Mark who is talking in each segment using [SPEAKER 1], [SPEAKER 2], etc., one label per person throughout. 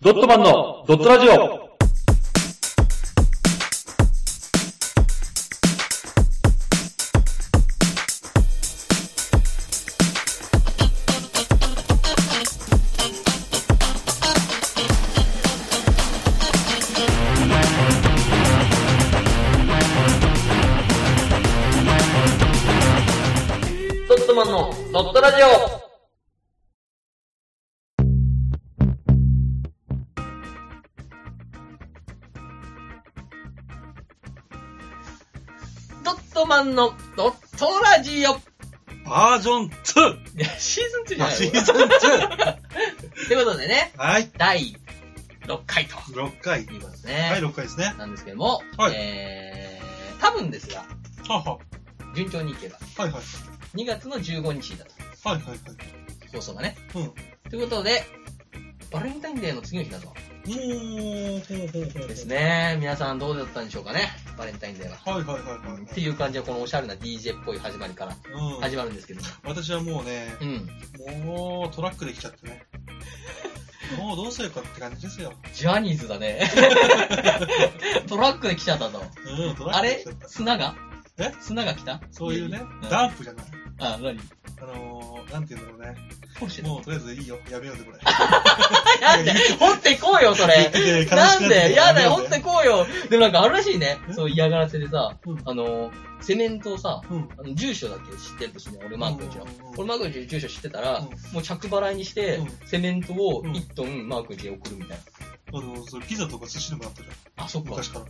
[SPEAKER 1] ドットマンのドットラジオ
[SPEAKER 2] ドットマンのドットラジオドットマンのドットラジオ
[SPEAKER 3] バージョン 2!
[SPEAKER 2] いやシーズン2じゃ
[SPEAKER 3] あ
[SPEAKER 2] ない
[SPEAKER 3] シー
[SPEAKER 2] よ。
[SPEAKER 3] ズン 2!
[SPEAKER 2] ということでね、
[SPEAKER 3] はい、
[SPEAKER 2] 第6回と
[SPEAKER 3] 6回。
[SPEAKER 2] いうことです
[SPEAKER 3] はい、
[SPEAKER 2] ね。
[SPEAKER 3] 6回ですね。
[SPEAKER 2] なんですけども、
[SPEAKER 3] はい
[SPEAKER 2] えー、多分ですが、
[SPEAKER 3] はは。
[SPEAKER 2] 順調にいけば、
[SPEAKER 3] はいはい。
[SPEAKER 2] 2月の15日だと、
[SPEAKER 3] はいはい
[SPEAKER 2] 放送がね。
[SPEAKER 3] はい。
[SPEAKER 2] ということで、バレンタインデーの次の日だぞ。
[SPEAKER 3] うん。おー、ほうほうほう。
[SPEAKER 2] です。ね。皆さんどうだったんでしょうかね、バレンタインデーは。
[SPEAKER 3] はいはいはいは
[SPEAKER 2] っていう感じはこのおしゃれな DJ っぽい始まりから
[SPEAKER 3] い。うん。
[SPEAKER 2] 始まるんですけども。
[SPEAKER 3] 私はもうね、
[SPEAKER 2] うん。
[SPEAKER 3] もうトラックで来ちゃって ね。もうどうするかって感じですよ。
[SPEAKER 2] ジャニーズだ ね。トラックで来ちゃったぞ。
[SPEAKER 3] うん、トラ
[SPEAKER 2] あ
[SPEAKER 3] ックで
[SPEAKER 2] れ
[SPEAKER 3] 来ちゃった。
[SPEAKER 2] 砂が
[SPEAKER 3] え
[SPEAKER 2] 砂が来た
[SPEAKER 3] そういうね
[SPEAKER 2] うん、
[SPEAKER 3] ダンプじゃない。
[SPEAKER 2] あ、何
[SPEAKER 3] あのー、なんていうんだろうね。
[SPEAKER 2] 掘してた
[SPEAKER 3] もうとりあえずいいよ。やめようぜ、これ。
[SPEAKER 2] なんで掘ってこうよ、それ。
[SPEAKER 3] で
[SPEAKER 2] なんでやだよ、掘って
[SPEAKER 3] こ
[SPEAKER 2] こうよ。でもなんかあるらしいね。
[SPEAKER 3] え
[SPEAKER 2] そう嫌がらせでさ
[SPEAKER 3] うん、
[SPEAKER 2] あの、セメントをさ、
[SPEAKER 3] うん。
[SPEAKER 2] あの住所だけ知ってるとしてね、俺マー君ちの。俺
[SPEAKER 3] うん
[SPEAKER 2] マー君ちの住所知ってたら
[SPEAKER 3] うん、
[SPEAKER 2] もう着払いにして
[SPEAKER 3] うん、
[SPEAKER 2] セメントを
[SPEAKER 3] うん
[SPEAKER 2] 1トンマー君ちに送るみたいな。
[SPEAKER 3] あの、それピザとか寿司でもらったじゃ
[SPEAKER 2] あ、そっ
[SPEAKER 3] ん。
[SPEAKER 2] か。
[SPEAKER 3] 昔から。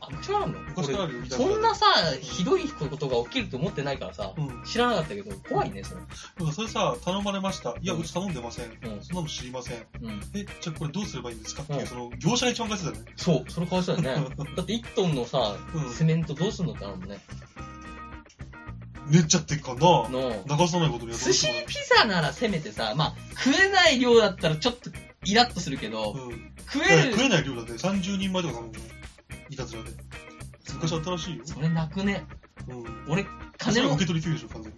[SPEAKER 2] あ、昔からあんの
[SPEAKER 3] 昔からあるよ
[SPEAKER 2] 俺そんなさ、ひどいことが起きると思ってないからさ、
[SPEAKER 3] うん。
[SPEAKER 2] 知らなかったけど、怖いね、それ。
[SPEAKER 3] なんかそれさ、頼まれました。いや、
[SPEAKER 2] うん
[SPEAKER 3] うち頼んでません。
[SPEAKER 2] うん
[SPEAKER 3] そんなの知りません。
[SPEAKER 2] うん。
[SPEAKER 3] え、じゃあこれどうすればいいんですかっていう、
[SPEAKER 2] うん
[SPEAKER 3] その、業者が一番返すだよね。
[SPEAKER 2] そう、それかわいそうだよ ね。だって1トンのさ
[SPEAKER 3] う、ん
[SPEAKER 2] セメントどうすんのってあるもんね。
[SPEAKER 3] 練っちゃってっかな。
[SPEAKER 2] の、
[SPEAKER 3] 流さないことにはど
[SPEAKER 2] 寿
[SPEAKER 3] うし
[SPEAKER 2] 司
[SPEAKER 3] ようもない
[SPEAKER 2] ピザならせめてさ、まあ、食えない量だったらちょっとイラッとするけど、
[SPEAKER 3] うん。
[SPEAKER 2] 食
[SPEAKER 3] だか
[SPEAKER 2] え
[SPEAKER 3] ら
[SPEAKER 2] る
[SPEAKER 3] 食、えない量だって、30人前とか頼むの。いたずらで。昔あったらしいよ。
[SPEAKER 2] それなくね。
[SPEAKER 3] うん。
[SPEAKER 2] 俺、
[SPEAKER 3] そ
[SPEAKER 2] 金
[SPEAKER 3] れは
[SPEAKER 2] の
[SPEAKER 3] 受、け取り拒否でしょ、完全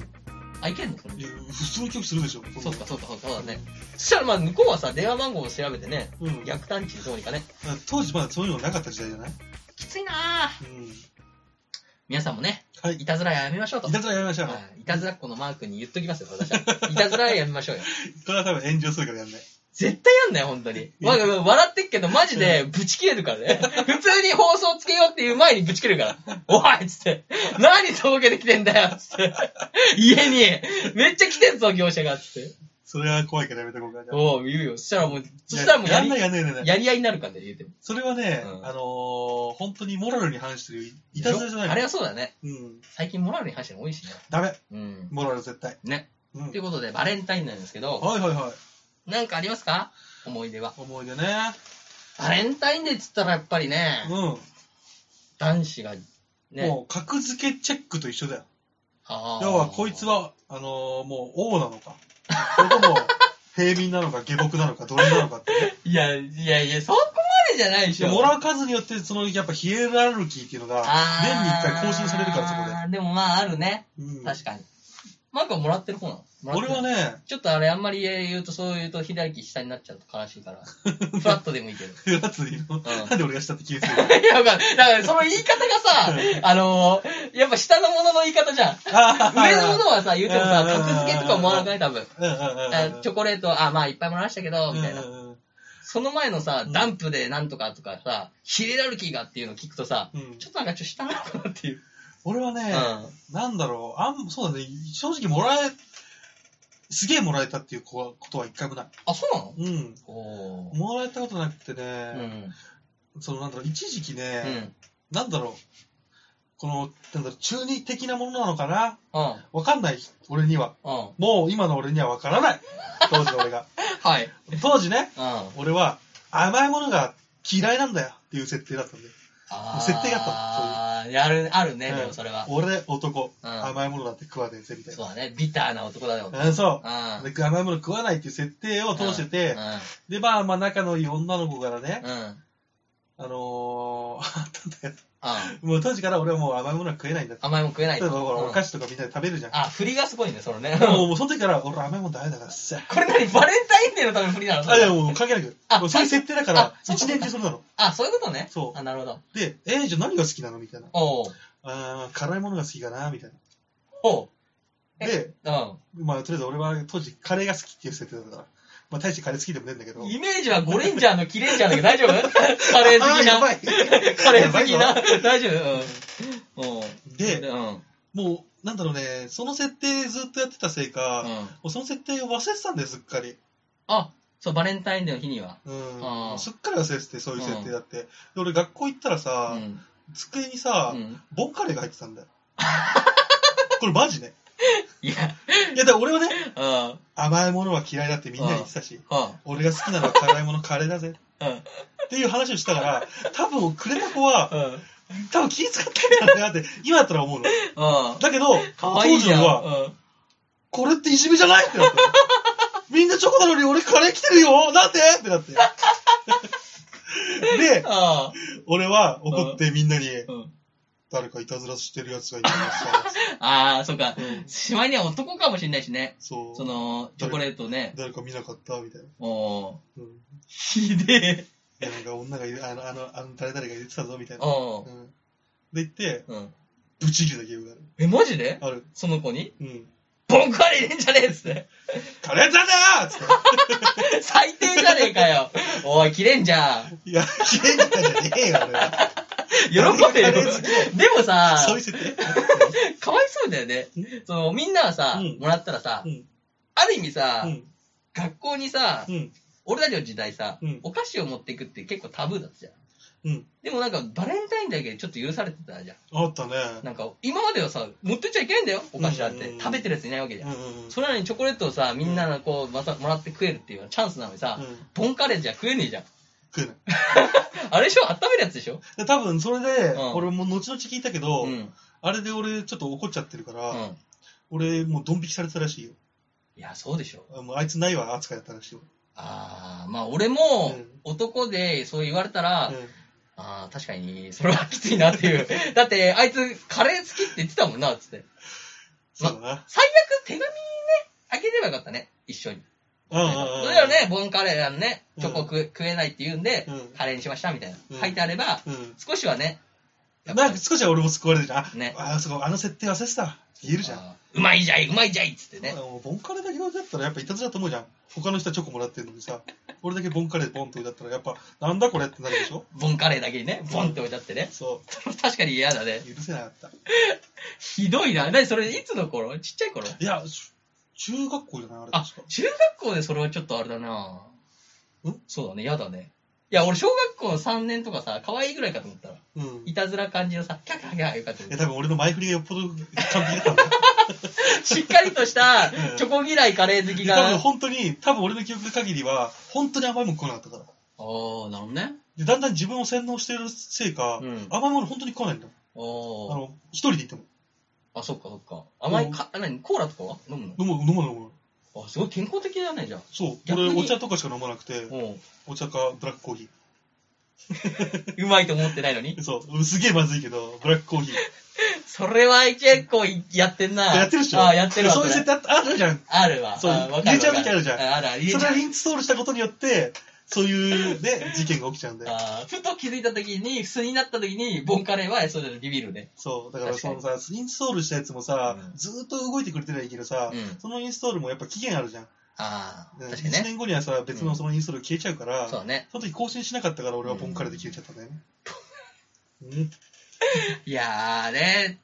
[SPEAKER 2] あ、いけんのそれ
[SPEAKER 3] に。い。や、普通の拒否するでしょ。
[SPEAKER 2] そうか、そうか、そうか、そうだね。そしたらまあ、向こうはさ、電話番号を調べてね、
[SPEAKER 3] うん。だか
[SPEAKER 2] 逆探知どうにかね。
[SPEAKER 3] ら当時まだそういうのなかった時代じゃない
[SPEAKER 2] きついなぁ。
[SPEAKER 3] うん。
[SPEAKER 2] 皆さんもね、
[SPEAKER 3] はい。
[SPEAKER 2] いたずらやめましょうと。
[SPEAKER 3] いたずらやめましょう。
[SPEAKER 2] はいいたずらっ子のマークに言っときますよ、私は。いたずらやめましょうよ。
[SPEAKER 3] これは多分炎上するからやんない。
[SPEAKER 2] 絶対やんなよ、本当に。わ笑ってっけど、マジで、ぶち切れるからね。普通に放送つけようっていう前にぶち切れるから。おいっつって。何届けてきてんだよっつって。家に。めっちゃ来てんぞ、業者が。つって。
[SPEAKER 3] それは怖いからやめとこうか。じゃあ
[SPEAKER 2] おう、言うよ。そしたらもう、そしたらもうや
[SPEAKER 3] や
[SPEAKER 2] り
[SPEAKER 3] ん、ないやんないやんない。
[SPEAKER 2] やり合いになるからね、言うても。
[SPEAKER 3] それはね、
[SPEAKER 2] うん
[SPEAKER 3] あのー、本当にモラルに反してる、いたずらじゃない
[SPEAKER 2] あれはそうだね。
[SPEAKER 3] うん。
[SPEAKER 2] 最近モラルに反してるの多いしね。
[SPEAKER 3] ダメ。
[SPEAKER 2] うん。
[SPEAKER 3] モラル絶対。
[SPEAKER 2] ね。
[SPEAKER 3] うん。は
[SPEAKER 2] とい
[SPEAKER 3] いう
[SPEAKER 2] ことで、バレンタインなんですけど、
[SPEAKER 3] はいはい。
[SPEAKER 2] なんかありますか思い出は。
[SPEAKER 3] 思い出ね。
[SPEAKER 2] バレンタインデーっつったらやっぱりね、
[SPEAKER 3] う
[SPEAKER 2] 男子が
[SPEAKER 3] ん。
[SPEAKER 2] ね、
[SPEAKER 3] もう、格付けチェックと一緒だよ。
[SPEAKER 2] あー
[SPEAKER 3] 要は、こいつは、あのー、もう、王なのか。それと も、平民なのか、下僕なのか、奴隷なのかってね。
[SPEAKER 2] いや、いやいや、そこまでじゃないでし
[SPEAKER 3] で
[SPEAKER 2] ょ。
[SPEAKER 3] もらう数によって、その、やっぱヒエラルキーっていうのが、年に一回更新されるから、そこ
[SPEAKER 2] で。でもまあ、あるね。
[SPEAKER 3] で。うん。
[SPEAKER 2] 確かに。マークはもらってる方なのもらって
[SPEAKER 3] 俺
[SPEAKER 2] る
[SPEAKER 3] はね、
[SPEAKER 2] ちょっとあれ、あんまり言うと、そう言うと、左利き下になっちゃうと悲しい から、フラットでもいいけど。
[SPEAKER 3] やつに、なんで俺がしたって気がするの
[SPEAKER 2] いや、わかんないだから、その言い方がさ、あのー、やっぱ下のものの言い 方じゃん。
[SPEAKER 3] あー
[SPEAKER 2] 上のものはさ、言うてもさ、
[SPEAKER 3] うん
[SPEAKER 2] 格付けとかもらわない、多分。
[SPEAKER 3] うんうんうん
[SPEAKER 2] あチョコレート、あ、まあ、いっぱいもらいましたけど、みたいな
[SPEAKER 3] う。んうんうん
[SPEAKER 2] その前のさ
[SPEAKER 3] う、ん
[SPEAKER 2] ダンプでなんとかとかさ、ヒレラルキーがっていうの聞くとさ、
[SPEAKER 3] うん
[SPEAKER 2] ちょっとなんかちょっと下なのかなっていう。
[SPEAKER 3] 俺は
[SPEAKER 2] うん。
[SPEAKER 3] ね、
[SPEAKER 2] あ
[SPEAKER 3] なんだろう、あん、そうだね、正直もらえ、すげえもらえたっていう子はことは一回もない。、
[SPEAKER 2] そうなの
[SPEAKER 3] うん。
[SPEAKER 2] おー。
[SPEAKER 3] もらえたことなくて
[SPEAKER 2] う
[SPEAKER 3] ね、
[SPEAKER 2] ん。
[SPEAKER 3] そのなんだろう、一時期
[SPEAKER 2] うん。う
[SPEAKER 3] ね、
[SPEAKER 2] ん。
[SPEAKER 3] なんだろう、この、なんだろう、中二的なものなのかな
[SPEAKER 2] うん。
[SPEAKER 3] わかんない、俺には。もう今の俺にはわからない。当時の 俺が。
[SPEAKER 2] はい。
[SPEAKER 3] 当時ね、
[SPEAKER 2] うん。あ
[SPEAKER 3] 俺は甘いものが嫌いなんだよっていう設定だったんで。
[SPEAKER 2] ー
[SPEAKER 3] 設定があ
[SPEAKER 2] やる、あるね、
[SPEAKER 3] うん
[SPEAKER 2] でもそれは。
[SPEAKER 3] 俺男、
[SPEAKER 2] うん
[SPEAKER 3] 甘いものだって食わねえぜみたい
[SPEAKER 2] そうだね、ビターな男だよ。
[SPEAKER 3] な。うん、そう。
[SPEAKER 2] うん。
[SPEAKER 3] で甘いもの食わないっていう設定を通してて、
[SPEAKER 2] うん。
[SPEAKER 3] で、まあ、まあ、仲のいい女の子からね、
[SPEAKER 2] うん。
[SPEAKER 3] あのー、 あったんだよ。
[SPEAKER 2] あ
[SPEAKER 3] もう当時から俺はもう甘いものは食えないんだって。
[SPEAKER 2] 甘いもん食えな
[SPEAKER 3] 例
[SPEAKER 2] い
[SPEAKER 3] え
[SPEAKER 2] と
[SPEAKER 3] ばほら、
[SPEAKER 2] うん
[SPEAKER 3] お菓子とかみんなで食べるじゃん。
[SPEAKER 2] あ、振りがすごいね、そのね。
[SPEAKER 3] でももうその時から、俺甘いものダメだからさ。
[SPEAKER 2] これ何バレンタインデーのための振りなのそ
[SPEAKER 3] あ、
[SPEAKER 2] れ
[SPEAKER 3] いやもう関係なく。
[SPEAKER 2] あ
[SPEAKER 3] もうそういう設定だか
[SPEAKER 2] あ
[SPEAKER 3] ら、
[SPEAKER 2] そう
[SPEAKER 3] 一年中それなの。
[SPEAKER 2] あ、そういうことね。
[SPEAKER 3] そう
[SPEAKER 2] あ、なるほど。
[SPEAKER 3] で、えー、じゃあ何が好きなのみたいな。
[SPEAKER 2] おう
[SPEAKER 3] あー、辛いものが好きかなみたい
[SPEAKER 2] おう。
[SPEAKER 3] な。で、
[SPEAKER 2] う
[SPEAKER 3] まあ、とりあえず俺は当時カレーが好きっていう設定だったから。まあ、大してカレー好きでもねえんだけど。
[SPEAKER 2] ん。イメージはゴレンジャーのキレンジャーだけど大丈夫 カレー好き
[SPEAKER 3] あやば
[SPEAKER 2] な。
[SPEAKER 3] い。
[SPEAKER 2] カレー好き
[SPEAKER 3] や
[SPEAKER 2] な
[SPEAKER 3] ば。
[SPEAKER 2] 大丈夫うん。うん。
[SPEAKER 3] で、
[SPEAKER 2] うん。
[SPEAKER 3] もう、なんだろうね、その設定ずっとやってたせいか、も
[SPEAKER 2] うん
[SPEAKER 3] うその設定を忘れてたんだよ、すっかり。
[SPEAKER 2] あ、そう、バレンタインデーの日には。
[SPEAKER 3] う
[SPEAKER 2] あー
[SPEAKER 3] ん。すっかり忘れてて、そういう設定だって。で、俺学校行ったら
[SPEAKER 2] う
[SPEAKER 3] さ、
[SPEAKER 2] ん。
[SPEAKER 3] 机にさ
[SPEAKER 2] う、ん。
[SPEAKER 3] ボンカレーが入ってたんだよ。 これマジね。
[SPEAKER 2] いや、
[SPEAKER 3] いや、だから俺はね、
[SPEAKER 2] うん。
[SPEAKER 3] 甘いものは嫌いだってみんなに言ってたし、
[SPEAKER 2] う
[SPEAKER 3] 俺が好きなのは辛いものカレーだぜ。
[SPEAKER 2] ん。
[SPEAKER 3] っていう話をしたから、多分くれた子は、
[SPEAKER 2] うん。うん。
[SPEAKER 3] 多分気遣ってんだろうなって、今だったら思うの。だけど、
[SPEAKER 2] かわいい
[SPEAKER 3] 当時
[SPEAKER 2] じゃん。
[SPEAKER 3] の
[SPEAKER 2] う
[SPEAKER 3] は、
[SPEAKER 2] ん。
[SPEAKER 3] これっていじめじゃないってな ったのみんなチョコなのに俺カレー来てるよなんでってな って。で、
[SPEAKER 2] あ
[SPEAKER 3] 俺は怒ってみんなに、
[SPEAKER 2] ーうん
[SPEAKER 3] 誰かいたずらしてるやつがいました。
[SPEAKER 2] あー、そうか。
[SPEAKER 3] うん
[SPEAKER 2] しまいには男かもしれないしね。
[SPEAKER 3] そう。
[SPEAKER 2] その、チョコレートね。
[SPEAKER 3] 誰か見なかったみたいな。
[SPEAKER 2] おー。
[SPEAKER 3] うん。
[SPEAKER 2] ひでえ。
[SPEAKER 3] いやなんか女がいる、あの、あの、あの誰々が言ってたぞみたいな。
[SPEAKER 2] おー。
[SPEAKER 3] うん。で言って、
[SPEAKER 2] うん。
[SPEAKER 3] ブチ切れたゲームがある。
[SPEAKER 2] え、マジで
[SPEAKER 3] ある。
[SPEAKER 2] その子に
[SPEAKER 3] うん。
[SPEAKER 2] ボンカレー入れんじゃねえっつって。
[SPEAKER 3] カレーだぜーっつって。
[SPEAKER 2] 最低じゃねえかよ。おい、切れんじゃん。
[SPEAKER 3] いや、切れになんじゃねえよ、俺は。
[SPEAKER 2] 喜んで
[SPEAKER 3] カ
[SPEAKER 2] る
[SPEAKER 3] レ
[SPEAKER 2] よ
[SPEAKER 3] ー好きだよ。
[SPEAKER 2] でもさ、
[SPEAKER 3] そういう設 定。
[SPEAKER 2] かわいそうだよね。その、みんなはさ、
[SPEAKER 3] うん
[SPEAKER 2] もらったらさ、
[SPEAKER 3] うん。
[SPEAKER 2] ある意味さ、
[SPEAKER 3] うん。
[SPEAKER 2] 学校にさ、
[SPEAKER 3] うん。
[SPEAKER 2] 俺たちの時代さ、
[SPEAKER 3] うん
[SPEAKER 2] お菓子を持っていくって結構タブーだったじゃん。
[SPEAKER 3] うん。
[SPEAKER 2] でもなんか、バレンタインだけでちょっと許されてたじゃん。
[SPEAKER 3] あったね。
[SPEAKER 2] なんか、今まではさ、持ってっちゃいけないんだよ、お菓子だって。
[SPEAKER 3] うん
[SPEAKER 2] 食べてるやついないわけじゃん。
[SPEAKER 3] うんうんうん。
[SPEAKER 2] それなのにチョコレートをさ、みんなのこう、またもらって食えるっていうのはチャンスなのにさ、
[SPEAKER 3] うん
[SPEAKER 2] ボンカレーじゃ食えねえじゃん。
[SPEAKER 3] 食えない
[SPEAKER 2] あれでしょ温めるやつでしょ
[SPEAKER 3] で。多分それで、
[SPEAKER 2] うん
[SPEAKER 3] 俺も後々聞いたけど、
[SPEAKER 2] うん。うん。
[SPEAKER 3] あれで俺ちょっと怒っちゃってるから、俺もうドン引きされてたらしいよ。
[SPEAKER 2] いや、そうでしょ。
[SPEAKER 3] あもうあいつないわ扱いだったらしいよ。
[SPEAKER 2] あー、まあ俺も
[SPEAKER 3] うん
[SPEAKER 2] 男でそう言われたら、
[SPEAKER 3] うん
[SPEAKER 2] あー、確かに、それはきついなって いう。だって、あいつカレー好きって言ってたもんな、つって。
[SPEAKER 3] そうだ
[SPEAKER 2] 最悪手紙ね、あげればよかったね、一緒に。
[SPEAKER 3] な。うんうんうん。
[SPEAKER 2] それはね、ボンカレーなんね、チョコ
[SPEAKER 3] うん
[SPEAKER 2] 食,、食えないって言うんで、
[SPEAKER 3] うん
[SPEAKER 2] カレーにしましたみたいな、
[SPEAKER 3] うん
[SPEAKER 2] 書いてあれば、
[SPEAKER 3] うん。
[SPEAKER 2] 少しはね、やっぱ
[SPEAKER 3] なんか少しは俺も救われるじゃん。あ、
[SPEAKER 2] ね
[SPEAKER 3] あそこ、あの設定忘れてたわ。言えるじゃん。
[SPEAKER 2] あーうまいじゃい、うまいじゃいっつってね。
[SPEAKER 3] もうボンカレーだけだったらやっぱいたずらだと思うじゃん。他の人はチョコもらってるのにさ、俺だけボンカレーボンとだったらやっぱ、なんだこれってなるでしょ
[SPEAKER 2] ボンカレーだけにね、ボンって置いてあってね。
[SPEAKER 3] そ
[SPEAKER 2] 確かに嫌だね。
[SPEAKER 3] う。許せなかった。
[SPEAKER 2] ひどいな。なにそれ、いつの頃ちっちゃい頃
[SPEAKER 3] いや、し中学校じゃないあれ
[SPEAKER 2] あ
[SPEAKER 3] 確か、。
[SPEAKER 2] 中学校でそれはちょっとあれだな。
[SPEAKER 3] ん
[SPEAKER 2] そうだね、嫌だね。いや、俺、小学校の3年とかさ、可愛いぐらいかと思ったら、
[SPEAKER 3] うん。
[SPEAKER 2] いたずら感じのさ、キャッキャッキャッかと
[SPEAKER 3] い
[SPEAKER 2] 思
[SPEAKER 3] や、
[SPEAKER 2] った
[SPEAKER 3] 多分俺の前振りがよっぽど完璧だった んだよ。
[SPEAKER 2] しっかりとした
[SPEAKER 3] う、ん
[SPEAKER 2] チョコ嫌いカレー好き
[SPEAKER 3] 多分
[SPEAKER 2] が。
[SPEAKER 3] 本当に、多分俺の記憶限りは、本当に甘いもん食わなかったから。
[SPEAKER 2] おー、なるほどね。
[SPEAKER 3] で、だんだん自分を洗脳してるせいか、
[SPEAKER 2] うん
[SPEAKER 3] 甘いもの本当に食わないんだよ。あ
[SPEAKER 2] おー。
[SPEAKER 3] の、一人で行っても。
[SPEAKER 2] あ、そっかそっか。甘いか、なに、コーラとかは飲むの
[SPEAKER 3] 飲む、飲まない飲まない。
[SPEAKER 2] あ、すごい健康的だね、じゃあ。
[SPEAKER 3] そう。
[SPEAKER 2] 逆に
[SPEAKER 3] 俺、お茶とかしか飲まなくて、
[SPEAKER 2] うん。
[SPEAKER 3] お茶かブラックコーヒ
[SPEAKER 2] うまいと思ってないのに。
[SPEAKER 3] ー。そう。すげえまずいけど、ブラックコーヒー。
[SPEAKER 2] それは結構やってんな。
[SPEAKER 3] やってるでしょ
[SPEAKER 2] あ、やってるわ。
[SPEAKER 3] そういう設定あったあるじゃん。
[SPEAKER 2] あるわ。
[SPEAKER 3] そう
[SPEAKER 2] あわかるわ
[SPEAKER 3] 入れちゃうみたいなのじゃん
[SPEAKER 2] ああるある、入
[SPEAKER 3] そ
[SPEAKER 2] れち
[SPEAKER 3] れ
[SPEAKER 2] ゃ
[SPEAKER 3] を
[SPEAKER 2] う
[SPEAKER 3] イ。ンストールしたことによって、そういうね、事件が起きちゃうんだよ。
[SPEAKER 2] あーふと気づいた時に、素になった時に、ボンカレーはそうだね、ビビるね。
[SPEAKER 3] そう。だからそのさ、インストールしたやつもさ、
[SPEAKER 2] うん
[SPEAKER 3] ずーっと動いてくれてりゃいいけどさ、
[SPEAKER 2] うん
[SPEAKER 3] そのインストールもやっぱ期限あるじゃん。
[SPEAKER 2] ああ、
[SPEAKER 3] うん
[SPEAKER 2] 確かに
[SPEAKER 3] 1
[SPEAKER 2] ね。
[SPEAKER 3] 年後にはさ、別のそのインストール消えちゃうから、
[SPEAKER 2] そうだね。
[SPEAKER 3] その時更新しなかったから俺はボンカレで消えちゃったんだよね。うん、
[SPEAKER 2] いやーね、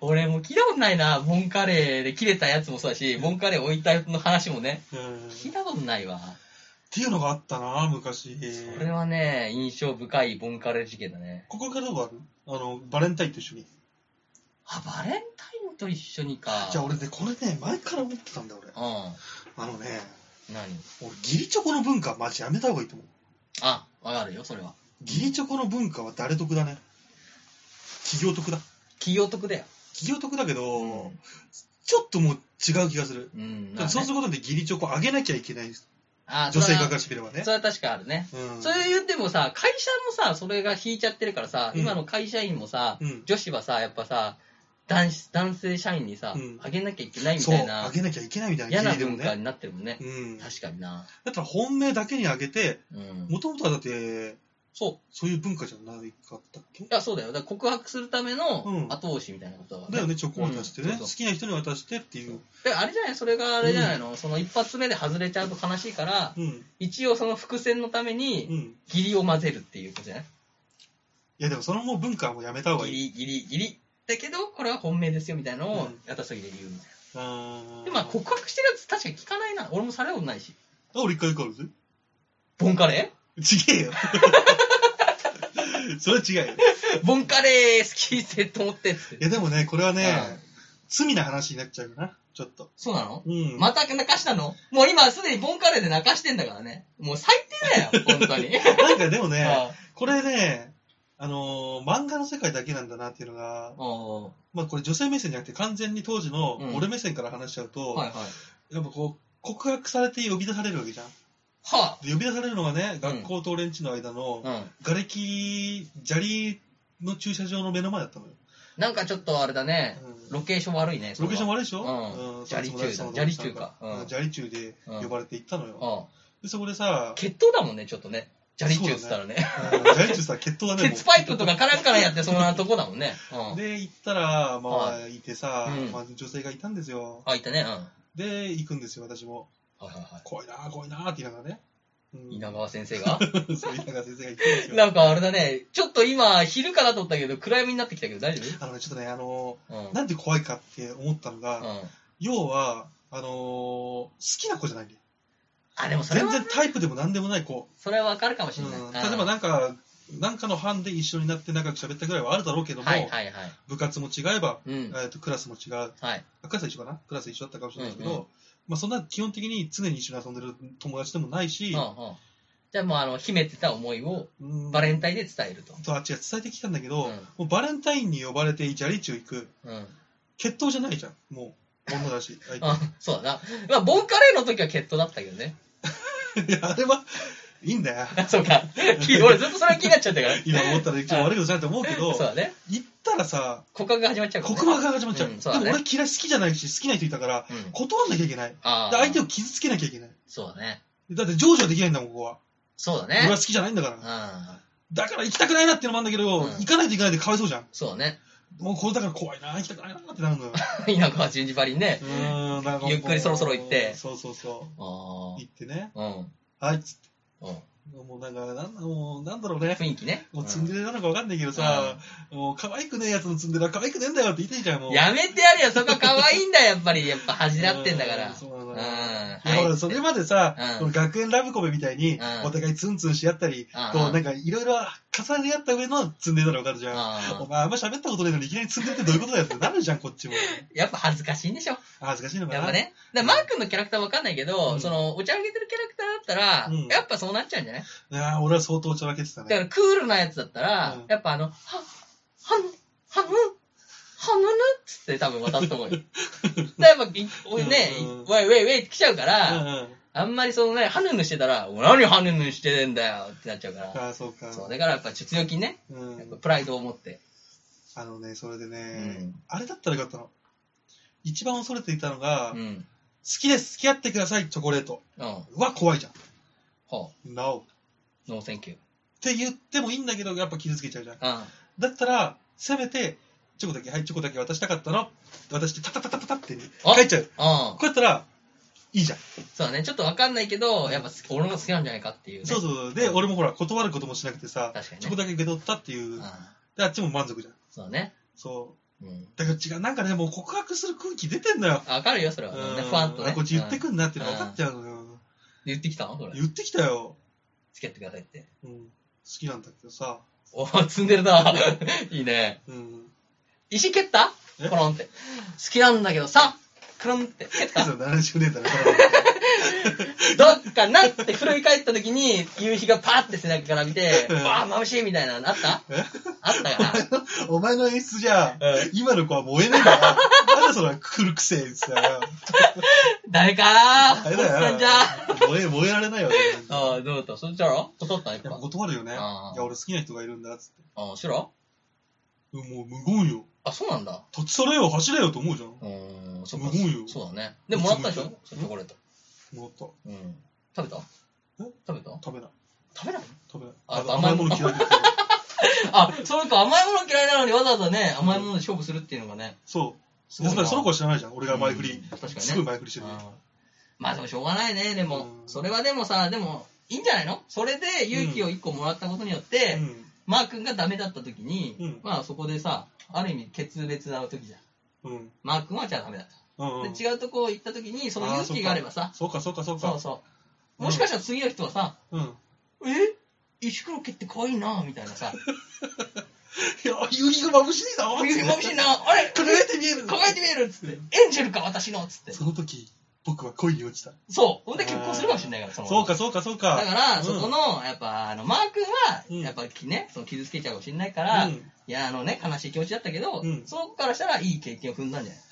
[SPEAKER 2] 俺もう聞いたことないな。ボンカレーで切れたやつもそうだし、ボンカレー置いたやつの話もね、
[SPEAKER 3] うんっ
[SPEAKER 2] 聞いたことないわ。
[SPEAKER 3] ていうのがあったな、昔。
[SPEAKER 2] これはね、印象深いボンカレー事件だね。
[SPEAKER 3] ここからどこあるあの、バレンタインと一緒に。
[SPEAKER 2] あ、バレンタインと一緒にか。
[SPEAKER 3] じゃあ俺ね、これね、前から思ってたんだよ俺。
[SPEAKER 2] う
[SPEAKER 3] あのね、
[SPEAKER 2] ん。何
[SPEAKER 3] 俺、ギリチョコの文化はマジやめた方がいいと思う。
[SPEAKER 2] あ、わかるよ、それは。
[SPEAKER 3] ギリチョコの文化は誰得だね。企業得だ。
[SPEAKER 2] 企業得だよ。
[SPEAKER 3] 企業得だけど、
[SPEAKER 2] うん
[SPEAKER 3] ちょっともう違う気がする。
[SPEAKER 2] うん。
[SPEAKER 3] そうす
[SPEAKER 2] る
[SPEAKER 3] ることでギリチョコ上げなきゃいけない
[SPEAKER 2] あー
[SPEAKER 3] 女性側か
[SPEAKER 2] そ
[SPEAKER 3] らしてみれば
[SPEAKER 2] れ
[SPEAKER 3] ね
[SPEAKER 2] はそ。れは確かあるね。
[SPEAKER 3] うん。
[SPEAKER 2] それ言ってもさ、会社もさ、それが引いちゃってるからさ、
[SPEAKER 3] うん
[SPEAKER 2] 今の会社員もさ、
[SPEAKER 3] うん
[SPEAKER 2] 女子はさ、やっぱさ、男子男性社員にさ、
[SPEAKER 3] うん
[SPEAKER 2] あげなきゃいけないみ
[SPEAKER 3] そう、
[SPEAKER 2] たいな
[SPEAKER 3] あ、げなきゃいけないみたいな
[SPEAKER 2] 嫌な
[SPEAKER 3] 義理でも
[SPEAKER 2] 文化
[SPEAKER 3] ね。
[SPEAKER 2] になってるもんね。
[SPEAKER 3] うん。だ
[SPEAKER 2] 確かにな。
[SPEAKER 3] ったら本命だけにあげて、
[SPEAKER 2] うん。
[SPEAKER 3] もともとはだって、
[SPEAKER 2] そう。
[SPEAKER 3] そういう文化じゃないかったっけ
[SPEAKER 2] いや、そうだよ。だから告白するための
[SPEAKER 3] うん
[SPEAKER 2] 後押しみたいなことは、
[SPEAKER 3] だよね、チョコを渡してね、
[SPEAKER 2] うんそうそう
[SPEAKER 3] 好きな人に渡してっていう。
[SPEAKER 2] であれじゃないそれがあれじゃないの、その一発目で外れちゃうと悲しいから、
[SPEAKER 3] うん。
[SPEAKER 2] 一応その伏線のため
[SPEAKER 3] う
[SPEAKER 2] に、
[SPEAKER 3] ん。い
[SPEAKER 2] 義理を混ぜるっていうことじゃない
[SPEAKER 3] や、でもそのもう文化はもうやめた方がいい。
[SPEAKER 2] 義理、義理、義理。だけど、これは本命ですよみたいなのを
[SPEAKER 3] うん、
[SPEAKER 2] やたすぎで言うみたい
[SPEAKER 3] あ
[SPEAKER 2] な。で、まあ、告白してるやつ確かに聞かないな。俺もされたことないし。
[SPEAKER 3] あ、俺一回だけあるぜ。
[SPEAKER 2] ボンカレ
[SPEAKER 3] ちげえ よ。それは違うよ。
[SPEAKER 2] ー ボンカレー好きってと思ってっつっ
[SPEAKER 3] い
[SPEAKER 2] て。
[SPEAKER 3] や、でもね、これはね
[SPEAKER 2] うん、
[SPEAKER 3] 罪な話になっちゃうかな、ちょっと。
[SPEAKER 2] そうなの
[SPEAKER 3] うん。
[SPEAKER 2] また泣かしたのもう今すでにボンカレーで泣かしてんだからね。もう最低 だよ、本当に。
[SPEAKER 3] なんかでもね、
[SPEAKER 2] あ
[SPEAKER 3] これね、あのー漫画の世界だけなんだなっていうのが
[SPEAKER 2] あ、あ
[SPEAKER 3] まあこれ女性目線じゃなくて完全に当時の
[SPEAKER 2] うん
[SPEAKER 3] 俺目線から話しちゃう
[SPEAKER 2] あ
[SPEAKER 3] と、
[SPEAKER 2] はいはい。
[SPEAKER 3] やっぱこう、告白されて呼び出されるわけじゃん。
[SPEAKER 2] は
[SPEAKER 3] で呼び出されるのがね、
[SPEAKER 2] うん
[SPEAKER 3] 学校と俺んちの間の、
[SPEAKER 2] あ。うん。
[SPEAKER 3] 瓦礫、砂利の駐車場の目の前だったのよ。
[SPEAKER 2] なんかちょっとあれだね、
[SPEAKER 3] うん
[SPEAKER 2] ロケーション悪いね。そ
[SPEAKER 3] ロ
[SPEAKER 2] れは
[SPEAKER 3] ケーション悪いでしょ
[SPEAKER 2] うん
[SPEAKER 3] うんそいつも大地さんの
[SPEAKER 2] 砂利中だ
[SPEAKER 3] うん
[SPEAKER 2] うん
[SPEAKER 3] 砂利中で呼ばれて行ったのよ。
[SPEAKER 2] あ
[SPEAKER 3] で、そこでさ
[SPEAKER 2] あ。、決闘だもんね、ちょっとね。砂利中っつったらね。
[SPEAKER 3] うん砂利中さ、決闘だね。もう
[SPEAKER 2] 鉄パイプとかカランカランやってそんなとこだもんね。うん。
[SPEAKER 3] で、行ったら、ま
[SPEAKER 2] は
[SPEAKER 3] あ、いてさ
[SPEAKER 2] うん、
[SPEAKER 3] まあ女性がいたんですよ。
[SPEAKER 2] あ、いたね。うん。は
[SPEAKER 3] で、行くんですよ、私も。
[SPEAKER 2] いはいは
[SPEAKER 3] 怖いな、怖いなって言いながらね。うん
[SPEAKER 2] い。稲川先生が
[SPEAKER 3] そう、稲川先生が行ったんですよ。
[SPEAKER 2] なんかあれだね、ちょっと今、昼かなと思ったけど、暗闇になってきたけど大丈
[SPEAKER 3] あのね、ちょっとね、あの、
[SPEAKER 2] 夫うん。
[SPEAKER 3] なんで怖いかって思ったのが、
[SPEAKER 2] うん。
[SPEAKER 3] 要は、あのー好きな子じゃないんだよ。
[SPEAKER 2] あ、でもそれ
[SPEAKER 3] 全
[SPEAKER 2] は、
[SPEAKER 3] 然タイプでも何でもない子。
[SPEAKER 2] それはわかるかもし
[SPEAKER 3] う、
[SPEAKER 2] れない。うんん
[SPEAKER 3] 例えばなんか、なんかの班で一緒になって仲良く喋ったぐらいはあるだろうけども、
[SPEAKER 2] はいはいはい。
[SPEAKER 3] 部活も違えば、
[SPEAKER 2] うん。
[SPEAKER 3] えー、とクラスも違う、
[SPEAKER 2] はい。
[SPEAKER 3] あクラスは一緒かなクラス一緒だったかもしれないですけど、
[SPEAKER 2] うんうん
[SPEAKER 3] まあ、そんな基本的に常に一緒に遊んでる友達でもない
[SPEAKER 2] うん
[SPEAKER 3] し
[SPEAKER 2] うん、。じゃあもうあの、秘めてた思いを
[SPEAKER 3] うん
[SPEAKER 2] バレンタインで伝えると。
[SPEAKER 3] とあ違う伝えてきたんだけど、
[SPEAKER 2] うん
[SPEAKER 3] もうバレンタインに呼ばれて砂利中行く
[SPEAKER 2] うん。
[SPEAKER 3] 決闘じゃないじゃんもう女だし相手
[SPEAKER 2] あ、そうだな。まあ、ボンカレーの時は決闘だったけどね。
[SPEAKER 3] いやあれはいいんだよ
[SPEAKER 2] あそう か。き俺ずっとそれが気になっちゃったから。
[SPEAKER 3] 今思ったら一応悪いことじゃないと思うけど
[SPEAKER 2] そうだね。
[SPEAKER 3] 行ったらさ
[SPEAKER 2] 告白が始まっちゃうから、
[SPEAKER 3] 告白が始まっちゃう,、
[SPEAKER 2] うんそうだね
[SPEAKER 3] でも俺嫌い好きじゃないし好きな人いたから
[SPEAKER 2] うん。
[SPEAKER 3] 断んなきゃいけないで
[SPEAKER 2] ああ。
[SPEAKER 3] 相手を傷つけなきゃいけない
[SPEAKER 2] そうだね。
[SPEAKER 3] だって成就できないんだもんここは
[SPEAKER 2] そうだ
[SPEAKER 3] 俺は
[SPEAKER 2] ね。
[SPEAKER 3] 好きじゃないんだから
[SPEAKER 2] うん。
[SPEAKER 3] だから行きたくないなっていうのもあるんだけど、
[SPEAKER 2] うん
[SPEAKER 3] 行かないといけないでかわいそうじゃん
[SPEAKER 2] そうだね。
[SPEAKER 3] もうこれだから怖いな行きたくないなってなるのよ
[SPEAKER 2] 田舎は順次ばりにね
[SPEAKER 3] う。ーんなんかもう
[SPEAKER 2] ゆっくりそろそろ行って
[SPEAKER 3] そうそうそう
[SPEAKER 2] あ
[SPEAKER 3] 行ってね
[SPEAKER 2] あ。うん。
[SPEAKER 3] はいっつって
[SPEAKER 2] うん。
[SPEAKER 3] もうなんかなんもうなんだろうね
[SPEAKER 2] 雰囲気ね。
[SPEAKER 3] もうツンデレなのかわかんないけどさ、もう可愛くねえやつのツンデレは可愛くねえんだよって言ってんじゃん、もう。
[SPEAKER 2] やめてやれよ、そこは可愛いんだよ、やっぱり。やっぱ恥じらってんだか
[SPEAKER 3] う
[SPEAKER 2] ら。
[SPEAKER 3] そうな
[SPEAKER 2] う
[SPEAKER 3] の
[SPEAKER 2] ん。
[SPEAKER 3] よ。いや、ほ
[SPEAKER 2] は
[SPEAKER 3] ら、
[SPEAKER 2] い。
[SPEAKER 3] それまでさ、
[SPEAKER 2] うん
[SPEAKER 3] この学園ラブコメみたいに
[SPEAKER 2] うん、
[SPEAKER 3] お互いツンツンし合ったり、
[SPEAKER 2] うん
[SPEAKER 3] こ
[SPEAKER 2] う
[SPEAKER 3] う、
[SPEAKER 2] ん
[SPEAKER 3] なんか、いろいろ重ね合った上のツンデレなのわかるじゃん。
[SPEAKER 2] う
[SPEAKER 3] お
[SPEAKER 2] ん
[SPEAKER 3] 前、あんま喋ったことないのに、いきなりツンデレってどういうことだよってなるじゃん、こっちも。
[SPEAKER 2] やっぱ恥ずかしいんでしょ。
[SPEAKER 3] あ恥ずかしいのかな。
[SPEAKER 2] やっぱね。だからマー君のキャラクターわかんないけど、
[SPEAKER 3] うん
[SPEAKER 2] その、お茶をあげてるキャラクターだったら、
[SPEAKER 3] うん
[SPEAKER 2] やっぱそうなっちゃうんじゃない
[SPEAKER 3] いやー俺は相当おちゃらけてた
[SPEAKER 2] だか
[SPEAKER 3] ね。
[SPEAKER 2] らクールなやつだったら、
[SPEAKER 3] うん
[SPEAKER 2] やっぱあの、は、はむ、はむ、はむぬっつって多分渡すと 思うよ。だからやっぱ、いおいね、
[SPEAKER 3] うんうん
[SPEAKER 2] ウェイウェイウェイって来ちゃうか
[SPEAKER 3] うん
[SPEAKER 2] ら、
[SPEAKER 3] うん。
[SPEAKER 2] あんまりそのね、はぬぬしてたら、お何はぬぬしてんだよってなっちゃうから。
[SPEAKER 3] ああ、そうか。
[SPEAKER 2] そう、だからやっぱちょっと強気にね、
[SPEAKER 3] う
[SPEAKER 2] やっぱ
[SPEAKER 3] ん。
[SPEAKER 2] プライドを持って。
[SPEAKER 3] あのね、それで
[SPEAKER 2] う
[SPEAKER 3] ね、
[SPEAKER 2] ん。
[SPEAKER 3] あれだったらよかったの。一番恐れていたのが、
[SPEAKER 2] う
[SPEAKER 3] 好
[SPEAKER 2] ん。
[SPEAKER 3] きです、付き合ってください、チョコレート。
[SPEAKER 2] うん。
[SPEAKER 3] は怖いじゃん。
[SPEAKER 2] ほ
[SPEAKER 3] No. っ
[SPEAKER 2] う、ノーセンキュー。
[SPEAKER 3] て言ってもいいんだけど、やっぱ傷つけちゃうじゃん。
[SPEAKER 2] うん。
[SPEAKER 3] だったら、せめて、チョコだけ、はい、チョコだけ渡したかったの。渡して、タタタタタタって
[SPEAKER 2] あ
[SPEAKER 3] 書いちゃう。
[SPEAKER 2] う
[SPEAKER 3] こうやったら、いいじゃん。
[SPEAKER 2] ん。そうだね、ちょっとわかんないけど、やっぱ好き俺の方が好きなんじゃないかっていう、ね。
[SPEAKER 3] そうそうそう。で、俺もほら、断ることもしなくてさ、
[SPEAKER 2] 確かにね。。
[SPEAKER 3] チョコだけ受け取ったっていううんで、あっちも満足じゃん。
[SPEAKER 2] そうね。
[SPEAKER 3] そう。
[SPEAKER 2] うん。
[SPEAKER 3] だから違う、なんかね、もう告白する空気出てんだよ。
[SPEAKER 2] あわかるよ、それは。
[SPEAKER 3] う
[SPEAKER 2] ね、
[SPEAKER 3] ん
[SPEAKER 2] ふわっとね。
[SPEAKER 3] あこっち言って
[SPEAKER 2] うん
[SPEAKER 3] くんなっての分かっちゃうのよ。
[SPEAKER 2] 言ってきたのそれ。
[SPEAKER 3] 言ってきたよ。
[SPEAKER 2] 付き合ってくださいって。
[SPEAKER 3] うん。好きなんだけどさ。
[SPEAKER 2] おー積んでるな。 いいね。
[SPEAKER 3] うん。
[SPEAKER 2] 石蹴った
[SPEAKER 3] え
[SPEAKER 2] コロンって。好きなんだけどさ、コロンって蹴った。
[SPEAKER 3] 70年代だか
[SPEAKER 2] どっかなって振り返った時に、夕日がパーって背中から見て、
[SPEAKER 3] うん
[SPEAKER 2] わあ、眩しいみたいなのあ った
[SPEAKER 3] ら。
[SPEAKER 2] あったかな。
[SPEAKER 3] お前の演出じゃ
[SPEAKER 2] うん、
[SPEAKER 3] 今の子は燃えねえんだな。まだそれ来るくせえってさ。
[SPEAKER 2] 誰かな
[SPEAKER 3] あ
[SPEAKER 2] お
[SPEAKER 3] れ
[SPEAKER 2] っ
[SPEAKER 3] だよ。
[SPEAKER 2] さんじゃ
[SPEAKER 3] 燃え、燃えられないわけだよ。
[SPEAKER 2] ああ、どうだったそれじゃろ断ったやっ
[SPEAKER 3] いや
[SPEAKER 2] ぱ。
[SPEAKER 3] 断るよね。い
[SPEAKER 2] あー
[SPEAKER 3] や、俺好きな人がいるんだ、つって。
[SPEAKER 2] ああ、しろ
[SPEAKER 3] うんもう無言よ。
[SPEAKER 2] あ、そうなんだ。
[SPEAKER 3] 立ち去れよ、走れよと思うじゃん。
[SPEAKER 2] うーん、そっか
[SPEAKER 3] すごいよ。
[SPEAKER 2] そうだね。で、もらったでしょチ
[SPEAKER 3] いつも
[SPEAKER 2] ョコレート。
[SPEAKER 3] もらった。
[SPEAKER 2] うん。食べた
[SPEAKER 3] え
[SPEAKER 2] 食べた
[SPEAKER 3] 食べない。
[SPEAKER 2] 食べない
[SPEAKER 3] 食べない。
[SPEAKER 2] あ
[SPEAKER 3] あの
[SPEAKER 2] 甘
[SPEAKER 3] 甘
[SPEAKER 2] い
[SPEAKER 3] い
[SPEAKER 2] も
[SPEAKER 3] も
[SPEAKER 2] の
[SPEAKER 3] の嫌いです。
[SPEAKER 2] あ、そうか、甘いもの嫌いなのにわざわざね、甘いもので勝負するっていうのがね。
[SPEAKER 3] そう。
[SPEAKER 2] ごい
[SPEAKER 3] や
[SPEAKER 2] な
[SPEAKER 3] っぱりその子は知らないじゃん。俺が前振り。
[SPEAKER 2] うん確かにね
[SPEAKER 3] すごい前振りしてる。
[SPEAKER 2] あーまあでもしょうがないね、でも
[SPEAKER 3] う。ん
[SPEAKER 2] それはでもさ、でも、いいんじゃないのそれで勇気を1個もらったことによって、マー君がダメだった時に、
[SPEAKER 3] うん
[SPEAKER 2] まあそこでさ、ある意味決裂な時じゃん。
[SPEAKER 3] うん。うん。
[SPEAKER 2] マー君はじゃあダメだと。
[SPEAKER 3] うんうん。
[SPEAKER 2] で違うとこ行った時に、その勇気があればさ、
[SPEAKER 3] そうか、そうか、そう
[SPEAKER 2] そう
[SPEAKER 3] か。
[SPEAKER 2] そう。もしかしたら次の人はさ、
[SPEAKER 3] うん。い
[SPEAKER 2] え石黒家って可愛いなみたいなさ、
[SPEAKER 3] や、夕日が眩しいな。
[SPEAKER 2] 指眩しいな あれ
[SPEAKER 3] 輝いて見える。
[SPEAKER 2] 輝いて見えるっつって、エンジェルか私のっつって。
[SPEAKER 3] その時、僕は恋に落ちた。
[SPEAKER 2] そう。ほんで結婚するかもしれないから、その。
[SPEAKER 3] そうか、そうか、そうか。
[SPEAKER 2] だから、
[SPEAKER 3] うん
[SPEAKER 2] そこの、やっぱ、あの、マー君は、
[SPEAKER 3] うん
[SPEAKER 2] やっぱね、その傷つけちゃうかもしれないから、
[SPEAKER 3] う
[SPEAKER 2] い
[SPEAKER 3] ん
[SPEAKER 2] や、あのね、悲しい気持ちだったけど、
[SPEAKER 3] うん
[SPEAKER 2] その子からしたらいい経験を踏んだんじゃない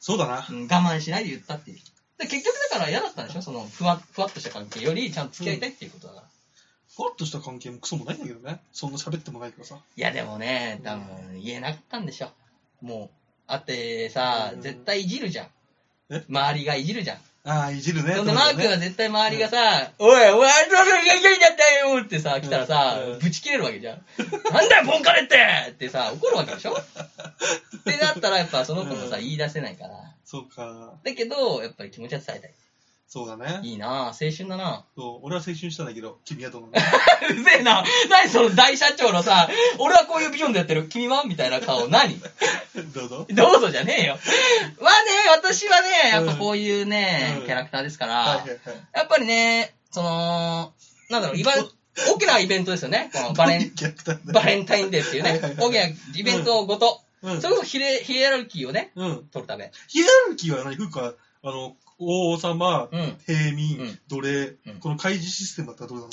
[SPEAKER 3] そうだな。
[SPEAKER 2] うん我慢しないで言ったっていう。で結局だから嫌だったんでしょそのふわ、ふわっとした関係よりちゃんと付き合いたいっていうことだから。
[SPEAKER 3] ふわっとした関係もクソもないんだけどね。そんな喋ってもないからさ。
[SPEAKER 2] いやでもね、多分言えなかったんでしょ。もう、あってさ、
[SPEAKER 3] うん
[SPEAKER 2] 絶対いじるじゃん
[SPEAKER 3] え。
[SPEAKER 2] 周りがいじるじゃん。
[SPEAKER 3] ああ、いじるね。
[SPEAKER 2] そんでマー
[SPEAKER 3] ね
[SPEAKER 2] 君は絶対周りがさ、おい、お前、どれが元気になったよってさ、来たらさ
[SPEAKER 3] うん、
[SPEAKER 2] ぶち切れるわけじゃん。なんだよ、ポンカレってってさ、怒るわけでしょってなったら、やっぱその子もさ、
[SPEAKER 3] うん
[SPEAKER 2] 言い出せないから。
[SPEAKER 3] そうか。
[SPEAKER 2] だけど、やっぱり気持ちは伝えたい。
[SPEAKER 3] そうだね。
[SPEAKER 2] いいなぁ、青春だなぁ。
[SPEAKER 3] そう俺は青春したんだけど、君はどうなの
[SPEAKER 2] うぜえな。何その大社長のさ、俺はこういうビジョンでやってる。君はみたいな顔。何
[SPEAKER 3] どうぞ。
[SPEAKER 2] どうぞじゃねえよ。まあね、私はね、やっぱこういうね、
[SPEAKER 3] うん
[SPEAKER 2] キャラクターですから、
[SPEAKER 3] はいはいはい。
[SPEAKER 2] やっぱりね、その、なんだろう、いわゆる大きなイベントですよね。このバレ ン、
[SPEAKER 3] 逆だね。
[SPEAKER 2] バレンタインデーっていう
[SPEAKER 3] はい
[SPEAKER 2] ね
[SPEAKER 3] はい、はい
[SPEAKER 2] 大きなイベントごと、
[SPEAKER 3] うん
[SPEAKER 2] それこそヒレヒエラルキーをね、
[SPEAKER 3] うん。
[SPEAKER 2] 取るため。
[SPEAKER 3] ヒエラルキーは何風か、あの、王様、
[SPEAKER 2] うん。
[SPEAKER 3] 平
[SPEAKER 2] う
[SPEAKER 3] 民
[SPEAKER 2] ん、
[SPEAKER 3] 奴隷
[SPEAKER 2] うん、
[SPEAKER 3] この開示システムだったらどうな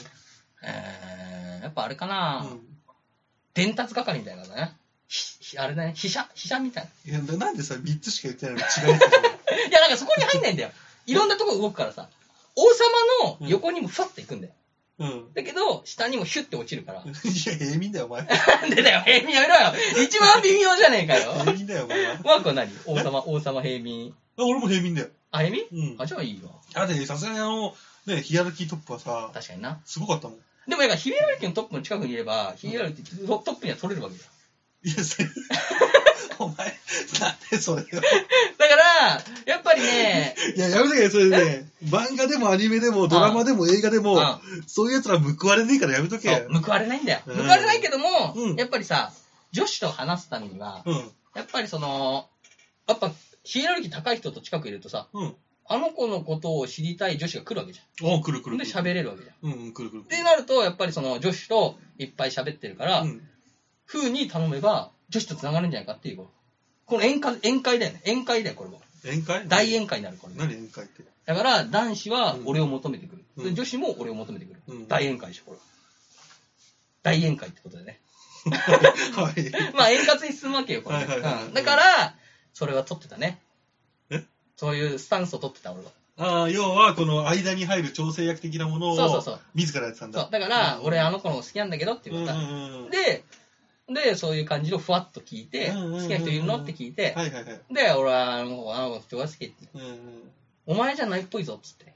[SPEAKER 2] えー、やっぱあれかな、
[SPEAKER 3] のうん。
[SPEAKER 2] 伝達係みたいなのだね。ひひあれだね、飛車、飛車みたいな。
[SPEAKER 3] いや、ななんでさ、3つしか言ってないのに違うって
[SPEAKER 2] いや、なんかそこに入んないんだよ。いろんなとこ動くからさ。王様の横にもふわっと行くんだよ。
[SPEAKER 3] 言うの
[SPEAKER 2] だけど、下にもヒュッて落ちるから
[SPEAKER 3] うん。。いや、平民だよ、お前。
[SPEAKER 2] なんでだよ、平民やめろよ。一番微妙じゃねえか
[SPEAKER 3] 平
[SPEAKER 2] よ。
[SPEAKER 3] 民だよ、お前 は。
[SPEAKER 2] ワークは何王様、王様平民。
[SPEAKER 3] あ俺も平民だよ。
[SPEAKER 2] あ、平民
[SPEAKER 3] うん。
[SPEAKER 2] あ、じゃあいいよ。
[SPEAKER 3] だって、さすがにあの、ね、ヒエラルキートップはさ、
[SPEAKER 2] 確かにな。
[SPEAKER 3] すごかったもん。
[SPEAKER 2] でもやっぱヒエラルキーのトップの近くにいれば、ヒエラルキーのトップには取れるわけだよ。
[SPEAKER 3] いや、 せお前、なんでそれよ。
[SPEAKER 2] だから、やっぱりね、
[SPEAKER 3] いや、やめてくれ、それね。漫画でもアニメでも、ドラマでも映画でも
[SPEAKER 2] あ、
[SPEAKER 3] そういう奴ら報われねえからやめとけ。
[SPEAKER 2] そう報われないんだよ。
[SPEAKER 3] うん
[SPEAKER 2] 報われないけども、
[SPEAKER 3] うん
[SPEAKER 2] やっぱりさ、女子と話すためには、
[SPEAKER 3] うん。
[SPEAKER 2] やっぱりその、やっぱヒエラルキー高い人と近くいるとさ、
[SPEAKER 3] うん。
[SPEAKER 2] あの子のことを知りたい女子が来るわけじ
[SPEAKER 3] おくるく
[SPEAKER 2] ゃ
[SPEAKER 3] る
[SPEAKER 2] ん。
[SPEAKER 3] く
[SPEAKER 2] で、
[SPEAKER 3] る。
[SPEAKER 2] 喋れるわけじゃん。っ
[SPEAKER 3] うん、うん、くるくる。
[SPEAKER 2] てなると、やっぱりその女子といっぱい喋ってるから、
[SPEAKER 3] うん。
[SPEAKER 2] 風に頼めば、女子と繋がるんじゃないかっていうこと。この宴会、宴会だよね。宴会だよ、これも。
[SPEAKER 3] 宴会
[SPEAKER 2] 大宴会になる、これも。
[SPEAKER 3] 何宴会 って。
[SPEAKER 2] だから、男子は俺を求めてくる。
[SPEAKER 3] うん
[SPEAKER 2] で女子も俺を求めてくる。
[SPEAKER 3] うん
[SPEAKER 2] 大宴会でしょ、これは。大宴会ってことでね。
[SPEAKER 3] はい。
[SPEAKER 2] まあ、円滑に進むわけよ、これね。
[SPEAKER 3] はいはいはい
[SPEAKER 2] うんだから、それは取ってたね。
[SPEAKER 3] え
[SPEAKER 2] そういうスタンスを取ってた、俺は。
[SPEAKER 3] ああ、要は、この間に入る調整役的なもの
[SPEAKER 2] そうそう
[SPEAKER 3] を
[SPEAKER 2] そう、
[SPEAKER 3] 自らやってたん
[SPEAKER 2] そうだ
[SPEAKER 3] だ。
[SPEAKER 2] から、
[SPEAKER 3] うん
[SPEAKER 2] 俺、あの子の方が好きなんだけどって
[SPEAKER 3] う
[SPEAKER 2] 言
[SPEAKER 3] んうん
[SPEAKER 2] った。
[SPEAKER 3] うん。はい
[SPEAKER 2] で、で、そういう感じのふわっと聞いて、
[SPEAKER 3] うんうんうんうん
[SPEAKER 2] 好きな人いるのって聞いて、
[SPEAKER 3] はいはい。
[SPEAKER 2] で、俺はあの子、あの人が好きって、
[SPEAKER 3] うんうん
[SPEAKER 2] お前じゃないっぽいぞっつって。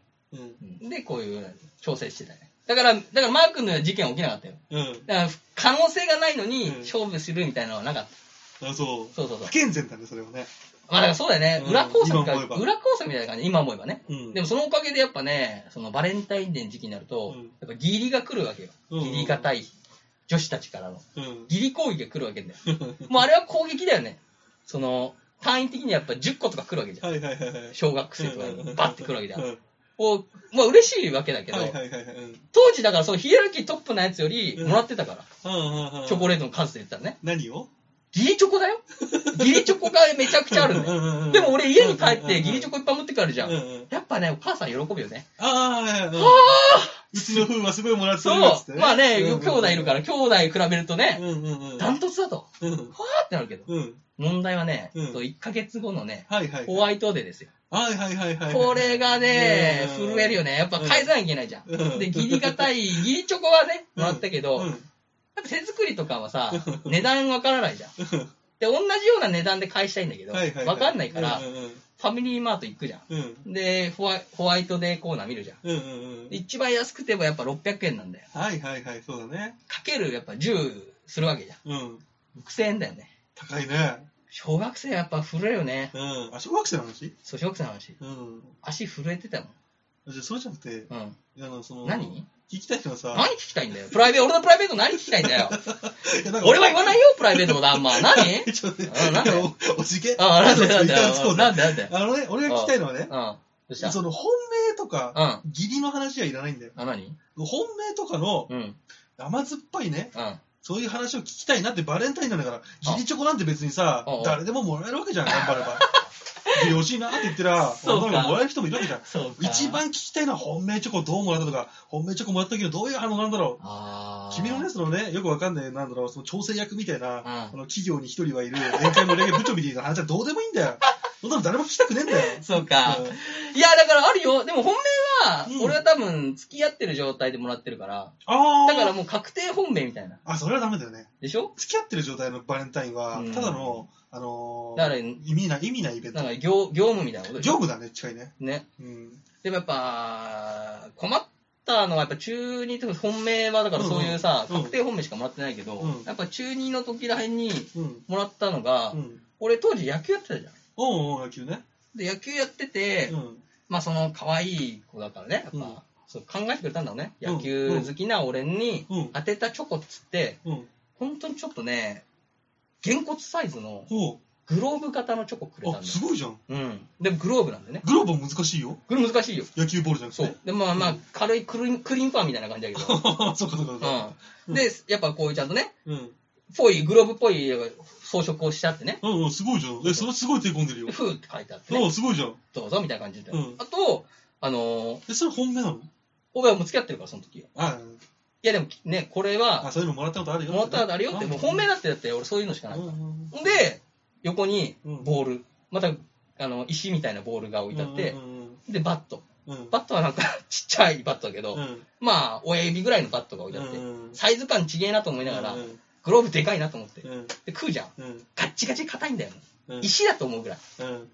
[SPEAKER 3] うん。
[SPEAKER 2] で、こういう調整してたね。だから、だからマー君のような事件は起きなかったよ。
[SPEAKER 3] うん。
[SPEAKER 2] だから、可能性がないのに
[SPEAKER 3] うん
[SPEAKER 2] 勝負するみたいなのはなかった。
[SPEAKER 3] あそう。
[SPEAKER 2] そうそうそう
[SPEAKER 3] 不。健全だね、それはね。
[SPEAKER 2] まあだからそうだよね。
[SPEAKER 3] うん
[SPEAKER 2] 裏工作か、
[SPEAKER 3] 今思えば
[SPEAKER 2] 裏工作みたいな感じ、今思えばね。
[SPEAKER 3] うん
[SPEAKER 2] でもそのおかげでやっぱね、そのバレンタインデーの時期になると、
[SPEAKER 3] うん
[SPEAKER 2] やっぱ義理が来るわけよ。
[SPEAKER 3] うん
[SPEAKER 2] 義理が対女子たちからの。
[SPEAKER 3] うん。
[SPEAKER 2] 義理攻撃が来るわけだよ。もうあれは攻撃だよね。その、単位的にやっぱ10個とか来るわけじゃん。
[SPEAKER 3] はいはいはいはい。
[SPEAKER 2] 小学生とかにバッて来るわけじゃん
[SPEAKER 3] う。ん
[SPEAKER 2] こう、まあ嬉しいわけだけど、
[SPEAKER 3] はいはいはいはい。うん
[SPEAKER 2] 当時だからそのヒエラルキートップのやつより
[SPEAKER 3] うん
[SPEAKER 2] もらってたから、
[SPEAKER 3] うんうんうん
[SPEAKER 2] チョコレートの数で言ったらね。
[SPEAKER 3] 何を
[SPEAKER 2] ギリチョコだよギリチョコがめちゃくちゃあるのよでも俺家に帰ってギリチョ
[SPEAKER 3] コ
[SPEAKER 2] コいっぱい持って帰るじゃん。
[SPEAKER 3] あ
[SPEAKER 2] やっぱね、お母さん喜ぶよね。
[SPEAKER 3] あー、はいはいはいうんうちの夫はすごいもらって
[SPEAKER 2] そ
[SPEAKER 3] る
[SPEAKER 2] う
[SPEAKER 3] よっつって。。
[SPEAKER 2] まあね、
[SPEAKER 3] う
[SPEAKER 2] 兄
[SPEAKER 3] ん
[SPEAKER 2] 弟いるから、。兄弟比べると
[SPEAKER 3] う
[SPEAKER 2] ね、
[SPEAKER 3] んうんうん。
[SPEAKER 2] ダントツだと。
[SPEAKER 3] うん
[SPEAKER 2] わーってなるけど。
[SPEAKER 3] うん。
[SPEAKER 2] 問題はね、
[SPEAKER 3] うん
[SPEAKER 2] と1ヶ月後のね、
[SPEAKER 3] はいはい。
[SPEAKER 2] ホワイトデーですよ。
[SPEAKER 3] はいはいはいはい。
[SPEAKER 2] これがね、
[SPEAKER 3] うん
[SPEAKER 2] 震えるよね。やっぱ返さなきゃいけないじゃ
[SPEAKER 3] うん
[SPEAKER 2] ん。で、ギリがたい、ギリチョコはね、もらったけど、
[SPEAKER 3] うん
[SPEAKER 2] やっぱ手作りとかはさ、
[SPEAKER 3] うん
[SPEAKER 2] 値段わからないじゃん。
[SPEAKER 3] う
[SPEAKER 2] で、同じような値段で返したいんだけど、
[SPEAKER 3] んはいはいはい
[SPEAKER 2] わかんないから
[SPEAKER 3] う、んうん
[SPEAKER 2] ファミリーマート行くじゃ
[SPEAKER 3] うん。
[SPEAKER 2] ん。で、ホワホワイトデーコーナー見るじゃん。
[SPEAKER 3] うんうんうん。
[SPEAKER 2] 一番安くてもやっぱ600円なんだよ。
[SPEAKER 3] はいはいはい、そうだね。
[SPEAKER 2] かけるやっぱ10するわけじゃ
[SPEAKER 3] うん。
[SPEAKER 2] ん。6000円だよね。
[SPEAKER 3] 高いね。
[SPEAKER 2] 小学生やっぱ震えるよね。
[SPEAKER 3] うん。あ、小学生の話
[SPEAKER 2] そう、小学生の話。
[SPEAKER 3] うん。
[SPEAKER 2] 足震えてたも
[SPEAKER 3] じゃあ、そうじゃなくて、
[SPEAKER 2] ん。うん。
[SPEAKER 3] あの、その、
[SPEAKER 2] 何
[SPEAKER 3] 聞きたい人はさ、
[SPEAKER 2] 何聞きたいんだよ。プライベート、俺のプライベート何聞きたいんだ よ。
[SPEAKER 3] いやなんか
[SPEAKER 2] 俺は言わないよ、プライベートのだ、あんま。 何
[SPEAKER 3] ちょっとね
[SPEAKER 2] あなんだよ
[SPEAKER 3] おおじけ
[SPEAKER 2] あ、なんでなんで
[SPEAKER 3] そう
[SPEAKER 2] な
[SPEAKER 3] だ
[SPEAKER 2] んでなんで
[SPEAKER 3] あのね、俺が聞きたいのは
[SPEAKER 2] うん。
[SPEAKER 3] ね、
[SPEAKER 2] どうした
[SPEAKER 3] その本命と
[SPEAKER 2] うん。
[SPEAKER 3] か、
[SPEAKER 2] あ、
[SPEAKER 3] 義理の話はいらないんだよ。
[SPEAKER 2] 何
[SPEAKER 3] 本命とかの
[SPEAKER 2] うん。うん。
[SPEAKER 3] 甘酸っぱいね、
[SPEAKER 2] あ
[SPEAKER 3] そういう話を聞きたいなってバレンタインなんだから、義理チョコなんて別にさ
[SPEAKER 2] ああ、
[SPEAKER 3] 誰でももらえるわけじゃん、頑張 れば。で、欲しいなって言ってら、
[SPEAKER 2] そうか
[SPEAKER 3] 女の子もらえる人もいるわけじゃん。
[SPEAKER 2] そうか。
[SPEAKER 3] 一番聞きたいのは本命チョコどうもらったとか、本命チョコもらったけどどういう反応なんだろう。
[SPEAKER 2] あー。
[SPEAKER 3] 君のね、そのね、よくわかんない、なんだろう、その調整役みたいな、
[SPEAKER 2] うん
[SPEAKER 3] あの企業に一人はいる、宴会のレゲ部長みたいな話はどうでもいいんだよ。そんなの誰も聞きたくねえんだよ。
[SPEAKER 2] そうか。
[SPEAKER 3] うん
[SPEAKER 2] いや、だからあるよ。でも本命は
[SPEAKER 3] う、ん
[SPEAKER 2] 俺は多分付き合ってる状態でもらってるから、
[SPEAKER 3] ああ。
[SPEAKER 2] だからもう確定本命みたいな。
[SPEAKER 3] あ、それはダメだよね。
[SPEAKER 2] でしょ
[SPEAKER 3] 付き合ってる状態のバレンタインは
[SPEAKER 2] うん、
[SPEAKER 3] ただの、あのー
[SPEAKER 2] だから
[SPEAKER 3] 意味ない、意味ないイベン
[SPEAKER 2] な
[SPEAKER 3] ト
[SPEAKER 2] ん。か業業務みたいなことでし
[SPEAKER 3] ジョ
[SPEAKER 2] ょ
[SPEAKER 3] ブだね、近いね。
[SPEAKER 2] ね。
[SPEAKER 3] うん。
[SPEAKER 2] でもやっぱ、困ったのはやっぱ中2と本命はだからそういうさ、
[SPEAKER 3] うんうん
[SPEAKER 2] 確定本命しかもらってないけど、
[SPEAKER 3] うん
[SPEAKER 2] やっぱ中2の時らへんに
[SPEAKER 3] うん。
[SPEAKER 2] もらったのが、
[SPEAKER 3] うん。
[SPEAKER 2] 俺当時野球やってたじゃん。
[SPEAKER 3] おうおう、野球ね。
[SPEAKER 2] で、野球やってて、
[SPEAKER 3] うん。
[SPEAKER 2] まあその可愛い子だからね、やっぱ、
[SPEAKER 3] うん
[SPEAKER 2] そう考えてくれたんだろうね。
[SPEAKER 3] うん
[SPEAKER 2] 野球好きな俺に
[SPEAKER 3] うん
[SPEAKER 2] 当てたチョコっつって、
[SPEAKER 3] うん。
[SPEAKER 2] 本当にちょっとね、げんこつサイズの
[SPEAKER 3] ほ
[SPEAKER 2] グローブ型のチョコくれ
[SPEAKER 3] う。
[SPEAKER 2] たん
[SPEAKER 3] あ、
[SPEAKER 2] だ
[SPEAKER 3] す
[SPEAKER 2] よ。
[SPEAKER 3] ごいじゃん。
[SPEAKER 2] うん。でもグローブなんでね。
[SPEAKER 3] グローブも難しいよ。
[SPEAKER 2] これ難しいよ。
[SPEAKER 3] 野球ボールじゃなくて
[SPEAKER 2] そう
[SPEAKER 3] ね。。
[SPEAKER 2] で、まあま
[SPEAKER 3] う
[SPEAKER 2] あ、軽いクリンクリンパンみたいな感じだけ
[SPEAKER 3] そ
[SPEAKER 2] ど。
[SPEAKER 3] うかそうかそうか。
[SPEAKER 2] うん。で、やっぱこういうちゃんとね、
[SPEAKER 3] うん。
[SPEAKER 2] ぽい、グローブっぽい装飾をしちゃってね、
[SPEAKER 3] うんうん、すごいじゃん。え、それすごい手込んでるよ
[SPEAKER 2] で。ふーって書いてあって
[SPEAKER 3] う
[SPEAKER 2] ね、
[SPEAKER 3] ん、すごいじゃん。
[SPEAKER 2] どうぞみたいな感じで
[SPEAKER 3] うん。
[SPEAKER 2] あと、あのー、
[SPEAKER 3] え、それ本命なの
[SPEAKER 2] 俺はもう付き合ってるから、その時は。
[SPEAKER 3] あ
[SPEAKER 2] いやでもね、これ
[SPEAKER 3] あ、
[SPEAKER 2] は、
[SPEAKER 3] そういうのもらったことあるよ。
[SPEAKER 2] もらったらあるよって、もう本命だってだって俺そういうのしか
[SPEAKER 3] だ
[SPEAKER 2] な
[SPEAKER 3] ない
[SPEAKER 2] か
[SPEAKER 3] んうんう
[SPEAKER 2] ら。
[SPEAKER 3] ん
[SPEAKER 2] で、横に
[SPEAKER 3] うん
[SPEAKER 2] ボール、また、あの、石みたいなボールが置いてあって
[SPEAKER 3] う、ん
[SPEAKER 2] で、バット。
[SPEAKER 3] うんうん。
[SPEAKER 2] バットはなんか ちっちゃいバットだけ
[SPEAKER 3] う
[SPEAKER 2] ど、
[SPEAKER 3] ん
[SPEAKER 2] まあ、親指ぐらいのバットが置いてあって
[SPEAKER 3] う、ん
[SPEAKER 2] サイズ感ちげえなと思いながら
[SPEAKER 3] う、ん
[SPEAKER 2] グローブでかいなと思って。
[SPEAKER 3] うん
[SPEAKER 2] で、食うじゃん。
[SPEAKER 3] うん
[SPEAKER 2] ガッチガチ硬いんだよ。
[SPEAKER 3] うん
[SPEAKER 2] 石だと思うぐらい。
[SPEAKER 3] うん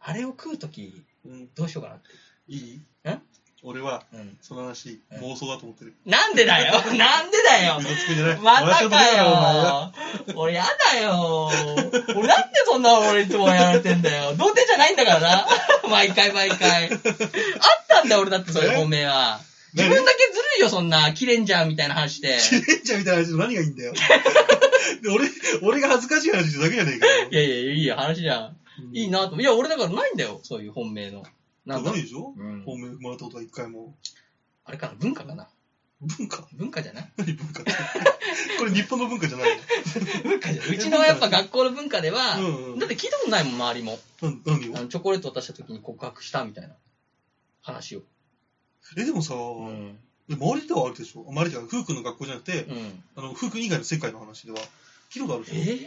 [SPEAKER 2] あれを食うとき、
[SPEAKER 3] うん
[SPEAKER 2] どうしようかなって。
[SPEAKER 3] いい
[SPEAKER 2] え
[SPEAKER 3] 俺は、
[SPEAKER 2] うん。
[SPEAKER 3] その話、
[SPEAKER 2] うん
[SPEAKER 3] 妄想だと思ってる。
[SPEAKER 2] なんで だよなんでだよ
[SPEAKER 3] 嘘つくんじゃない。
[SPEAKER 2] ま
[SPEAKER 3] 笑っち
[SPEAKER 2] た
[SPEAKER 3] ゃダメだろお前は
[SPEAKER 2] かよ俺やだよ俺なんでそんな俺いつもやられてんだよ童貞じゃないんだからな 毎回毎回。あったんだよ俺だってそういう本命は。
[SPEAKER 3] え
[SPEAKER 2] 自分だけずるいよそんな、キレンジャーみたいな話で。
[SPEAKER 3] キレンジャーみたいな話の何がいいんだよ。で俺、俺が恥ずかしい話しただけじゃねえかよ
[SPEAKER 2] い。やいや、いいよ話じゃん。いいなと思う。いや、俺だからないんだよそういう本命の。なんだ
[SPEAKER 3] ないでしょ
[SPEAKER 2] うん
[SPEAKER 3] 本命もらったことは一回も。
[SPEAKER 2] あれかな文化かな
[SPEAKER 3] 文化
[SPEAKER 2] 文化じゃない
[SPEAKER 3] 何文化って。これ日本の文化じゃないの
[SPEAKER 2] 文化じゃないうちのやっぱ学校の文化では、
[SPEAKER 3] うんうん
[SPEAKER 2] だって聞いたことないもん、周りも。
[SPEAKER 3] なん何を
[SPEAKER 2] あのチョコレート渡した時に告白したみたいな話を。
[SPEAKER 3] え、でもさ、
[SPEAKER 2] うん。
[SPEAKER 3] で周りではあるでしょ周りでは、フー君の学校じゃなくて、
[SPEAKER 2] うん。
[SPEAKER 3] あの、フー君以外の世界の話では、聞いたことある
[SPEAKER 2] え
[SPEAKER 3] でしょ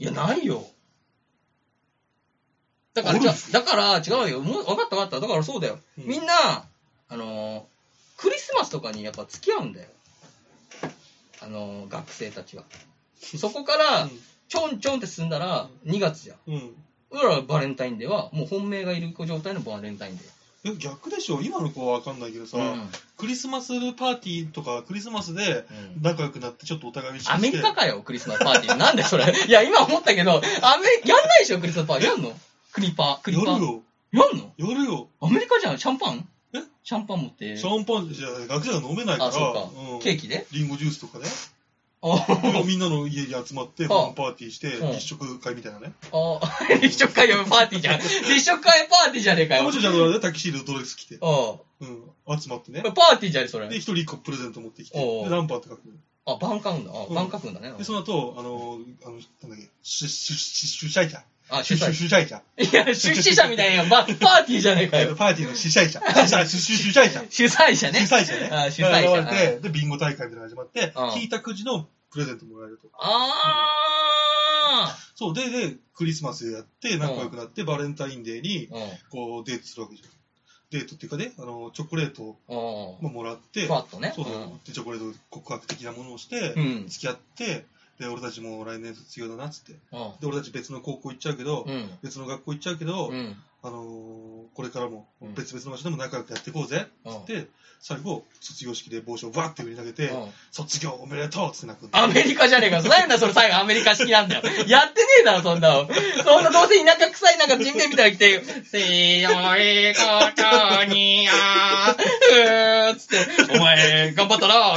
[SPEAKER 2] ー、いや、ないよ。だか
[SPEAKER 3] あ
[SPEAKER 2] ら、
[SPEAKER 3] る
[SPEAKER 2] じ
[SPEAKER 3] で
[SPEAKER 2] ゃ
[SPEAKER 3] しょ
[SPEAKER 2] だから違うよ。もう、分かった分かった。だからそうだよ。
[SPEAKER 3] うん
[SPEAKER 2] みんな、あのー、クリスマスとかにやっぱ付き合うんだよ。あのー、学生たちは。そこから、ちょんちょんって進んだら、2月じゃん。
[SPEAKER 3] うん。うん。
[SPEAKER 2] だからバレンタインデーは、もう本命がいる状態のバレンタインデー。
[SPEAKER 3] え、逆でしょ今の子はわかんないけどさ、
[SPEAKER 2] うん
[SPEAKER 3] クリスマスパーティーとか、クリスマスで
[SPEAKER 2] うん
[SPEAKER 3] 仲良くなって、ちょっとお互いに
[SPEAKER 2] アメリカ
[SPEAKER 3] か
[SPEAKER 2] かよ、クリスマスパーティー。なんでそれ。いや、今思ったけど、アメリやんないでしょ、クリスマスパーティー。やんのクリパー、ク
[SPEAKER 3] や
[SPEAKER 2] リ
[SPEAKER 3] る
[SPEAKER 2] パー。
[SPEAKER 3] よ。
[SPEAKER 2] やんの
[SPEAKER 3] やるよ。
[SPEAKER 2] アメリカじゃん、シャンパン
[SPEAKER 3] え
[SPEAKER 2] シャンパン持って。
[SPEAKER 3] シャンパンじゃ、学生が飲めないから、
[SPEAKER 2] あ、そうか。ケーキで
[SPEAKER 3] リンゴジュースとかね。
[SPEAKER 2] おー
[SPEAKER 3] みんなの家に集まって、
[SPEAKER 2] はあ
[SPEAKER 3] パーティーして、
[SPEAKER 2] うん
[SPEAKER 3] 立食会みたいなね。
[SPEAKER 2] おー立食会パーティーじゃん。立食会パーティーじゃねえか
[SPEAKER 3] あ
[SPEAKER 2] よ
[SPEAKER 3] も。ちろん、あのあれねタキシードドレス着て、
[SPEAKER 2] おう
[SPEAKER 3] うん、集まってね
[SPEAKER 2] これ。パーティーじゃねそれ
[SPEAKER 3] で、。一人一個プレゼント持ってきて、
[SPEAKER 2] おう
[SPEAKER 3] で、ランパーって書く。
[SPEAKER 2] あ、バンカンだ。あ
[SPEAKER 3] うん
[SPEAKER 2] バンカクンだね。
[SPEAKER 3] で、その後、あの、あの、なんだっけ、シュシュシュシュシャイチャ。
[SPEAKER 2] あ、
[SPEAKER 3] シ
[SPEAKER 2] 主
[SPEAKER 3] ュシ
[SPEAKER 2] 催。
[SPEAKER 3] ュシュシャイチャ。
[SPEAKER 2] いや、出資者みたいな、ま、パーティーじゃねえか
[SPEAKER 3] えっと
[SPEAKER 2] よ。
[SPEAKER 3] パーティーの主催者。あじゃあ主主主催者。
[SPEAKER 2] 主催者ね。
[SPEAKER 3] 主催者ね。
[SPEAKER 2] あ主催者
[SPEAKER 3] が現れて、で、ビンゴ大会みたいなの始まって、
[SPEAKER 2] うん
[SPEAKER 3] 聞いたくじのプレゼントもらえると。
[SPEAKER 2] あ
[SPEAKER 3] そう、で、で、クリスマスやって、仲良くなって、バレンタインデーに、
[SPEAKER 2] ー。うん。
[SPEAKER 3] こう、デートするわけじゃん。デートっていうかね、あの、チョコレート
[SPEAKER 2] うん。
[SPEAKER 3] ももらって、
[SPEAKER 2] ふわっとね。
[SPEAKER 3] そうだよ。で、チョコレート告白的なものをして
[SPEAKER 2] う、ん。
[SPEAKER 3] 付き合って、で、俺たちも来年卒業だな、つって。
[SPEAKER 2] うん。
[SPEAKER 3] で、俺たち別の高校行っちゃうけど
[SPEAKER 2] う、ん。
[SPEAKER 3] 別の学校行っちゃうけど
[SPEAKER 2] う、ん。
[SPEAKER 3] あのーこれからも
[SPEAKER 2] うん
[SPEAKER 3] 別々の場所でも仲良くやっていこうぜ
[SPEAKER 2] うん
[SPEAKER 3] って、最後、卒業式で帽子をバーって上に投げて、
[SPEAKER 2] うん
[SPEAKER 3] 卒業おめでとうって泣くんだ
[SPEAKER 2] アメリカじゃねえか。そうなんだ、それ最後アメリカ式なんだよ。やってねえだろ、そんなの。そんなどうせ田舎臭いなんか人面みたいに来て、強いことにあーうーっつって、お前、頑張ったなうー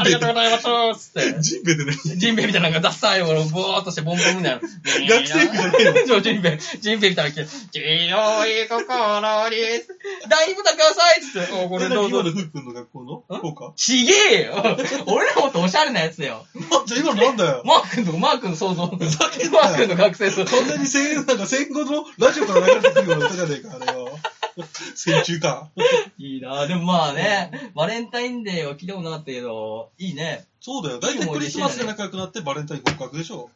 [SPEAKER 2] ありがとうございますつって。
[SPEAKER 3] ジンベエでね、
[SPEAKER 2] ジンベエみたいなのがダサいもの、ぼーっとしてボンボンみたいな。
[SPEAKER 3] 学生服じゃねえ の。
[SPEAKER 2] そう、ジンベエ、ジンベエみたいなの来て、強い心に、第二ボタンくださいっつって、おこ
[SPEAKER 3] これ
[SPEAKER 2] れどう
[SPEAKER 3] 今
[SPEAKER 2] ぞ
[SPEAKER 3] の。ふっくんの学校の
[SPEAKER 2] ん
[SPEAKER 3] こうか
[SPEAKER 2] ちげえよ俺らもっとオシャレなやつだよ。
[SPEAKER 3] あ、じゃあ今のなんだよ。
[SPEAKER 2] マー君の、マー君の想像。マ
[SPEAKER 3] んなよ
[SPEAKER 2] ー君の学生数。
[SPEAKER 3] 完全に戦 なんか戦後のラジオから流れてくるような歌じゃねえか、あれよ。戦中か。
[SPEAKER 2] いいなでもまあね、バレンタインデーは聞いたことなかったけど、いいね。
[SPEAKER 3] そうだよ。大体クリスマスで仲良くなってバレンタイン告白でしょ。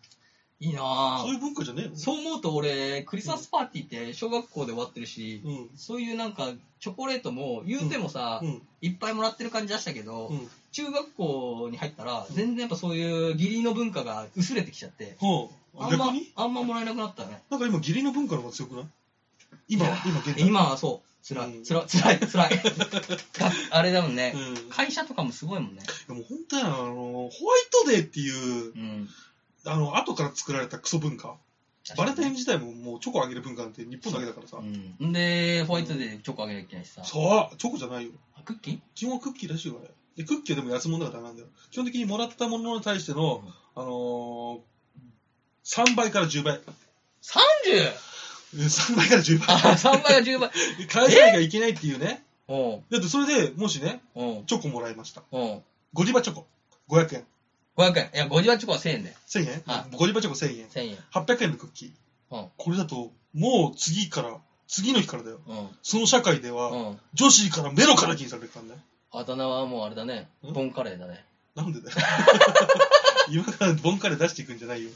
[SPEAKER 2] いいな
[SPEAKER 3] そういう文化じゃねえの
[SPEAKER 2] そう思うと俺、クリスマスパーティーって小学校で終わってるし、
[SPEAKER 3] うん。
[SPEAKER 2] そういうなんか、チョコレートも、言うてもさ、
[SPEAKER 3] うん。
[SPEAKER 2] いっぱいもらってる感じ出したけど、
[SPEAKER 3] うん。
[SPEAKER 2] 中学校に入ったら、全然やっぱそういう義理の文化が薄れてきちゃって、
[SPEAKER 3] ほう。
[SPEAKER 2] あん
[SPEAKER 3] 逆
[SPEAKER 2] ま
[SPEAKER 3] に、
[SPEAKER 2] あんまもらえなくなったね。
[SPEAKER 3] なんか今、義理の文化の方が強くない今
[SPEAKER 2] いや、ー
[SPEAKER 3] 今現在。
[SPEAKER 2] 今はそう、辛
[SPEAKER 3] う
[SPEAKER 2] い、
[SPEAKER 3] ん
[SPEAKER 2] 辛い、辛い、辛い。 だあれだもんね、
[SPEAKER 3] うん
[SPEAKER 2] 会社とかもすごいもんね。
[SPEAKER 3] でも本当やな、あの、ホワイトデーっていう、
[SPEAKER 2] うん。
[SPEAKER 3] あの、後から作られたクソ文化。バレンタイン自体ももうチョコあげる文化なんて日本だけだからさ。
[SPEAKER 2] うん。んで、ホワイトデーでチョコあげなきゃいけないしさ。
[SPEAKER 3] そう、チョコじゃないよ。
[SPEAKER 2] あクッキー
[SPEAKER 3] 基本はクッキーらしいよ、あれ。で、クッキーはでも安物だからダメなんだよ。基本的にもらったものに対しての、あのー、3倍から10倍。
[SPEAKER 2] ?30!
[SPEAKER 3] うん3倍から10
[SPEAKER 2] あ、
[SPEAKER 3] 倍。
[SPEAKER 2] 3倍が10倍。
[SPEAKER 3] 返さなきゃいけないっていうね。
[SPEAKER 2] おう
[SPEAKER 3] だってそれでもしね、
[SPEAKER 2] おう
[SPEAKER 3] チョコもらいました。
[SPEAKER 2] おう
[SPEAKER 3] ゴディバチョコ。500円。
[SPEAKER 2] 500円。いや、50はチョコは1000円だよ。
[SPEAKER 3] 1000円、
[SPEAKER 2] は
[SPEAKER 3] ゴディバチョコ1000円。
[SPEAKER 2] 1000円。
[SPEAKER 3] 800円のクッキー。
[SPEAKER 2] うん
[SPEAKER 3] これだと、もう次から、次の日からだよ。
[SPEAKER 2] うん。
[SPEAKER 3] その社会では、
[SPEAKER 2] うん。
[SPEAKER 3] 女子からメロから禁止されるからね。
[SPEAKER 2] あだ名はもうあれだね。
[SPEAKER 3] ん
[SPEAKER 2] ボンカレーだね。
[SPEAKER 3] なん でだよ。今からボンカレー出していくんじゃないよ。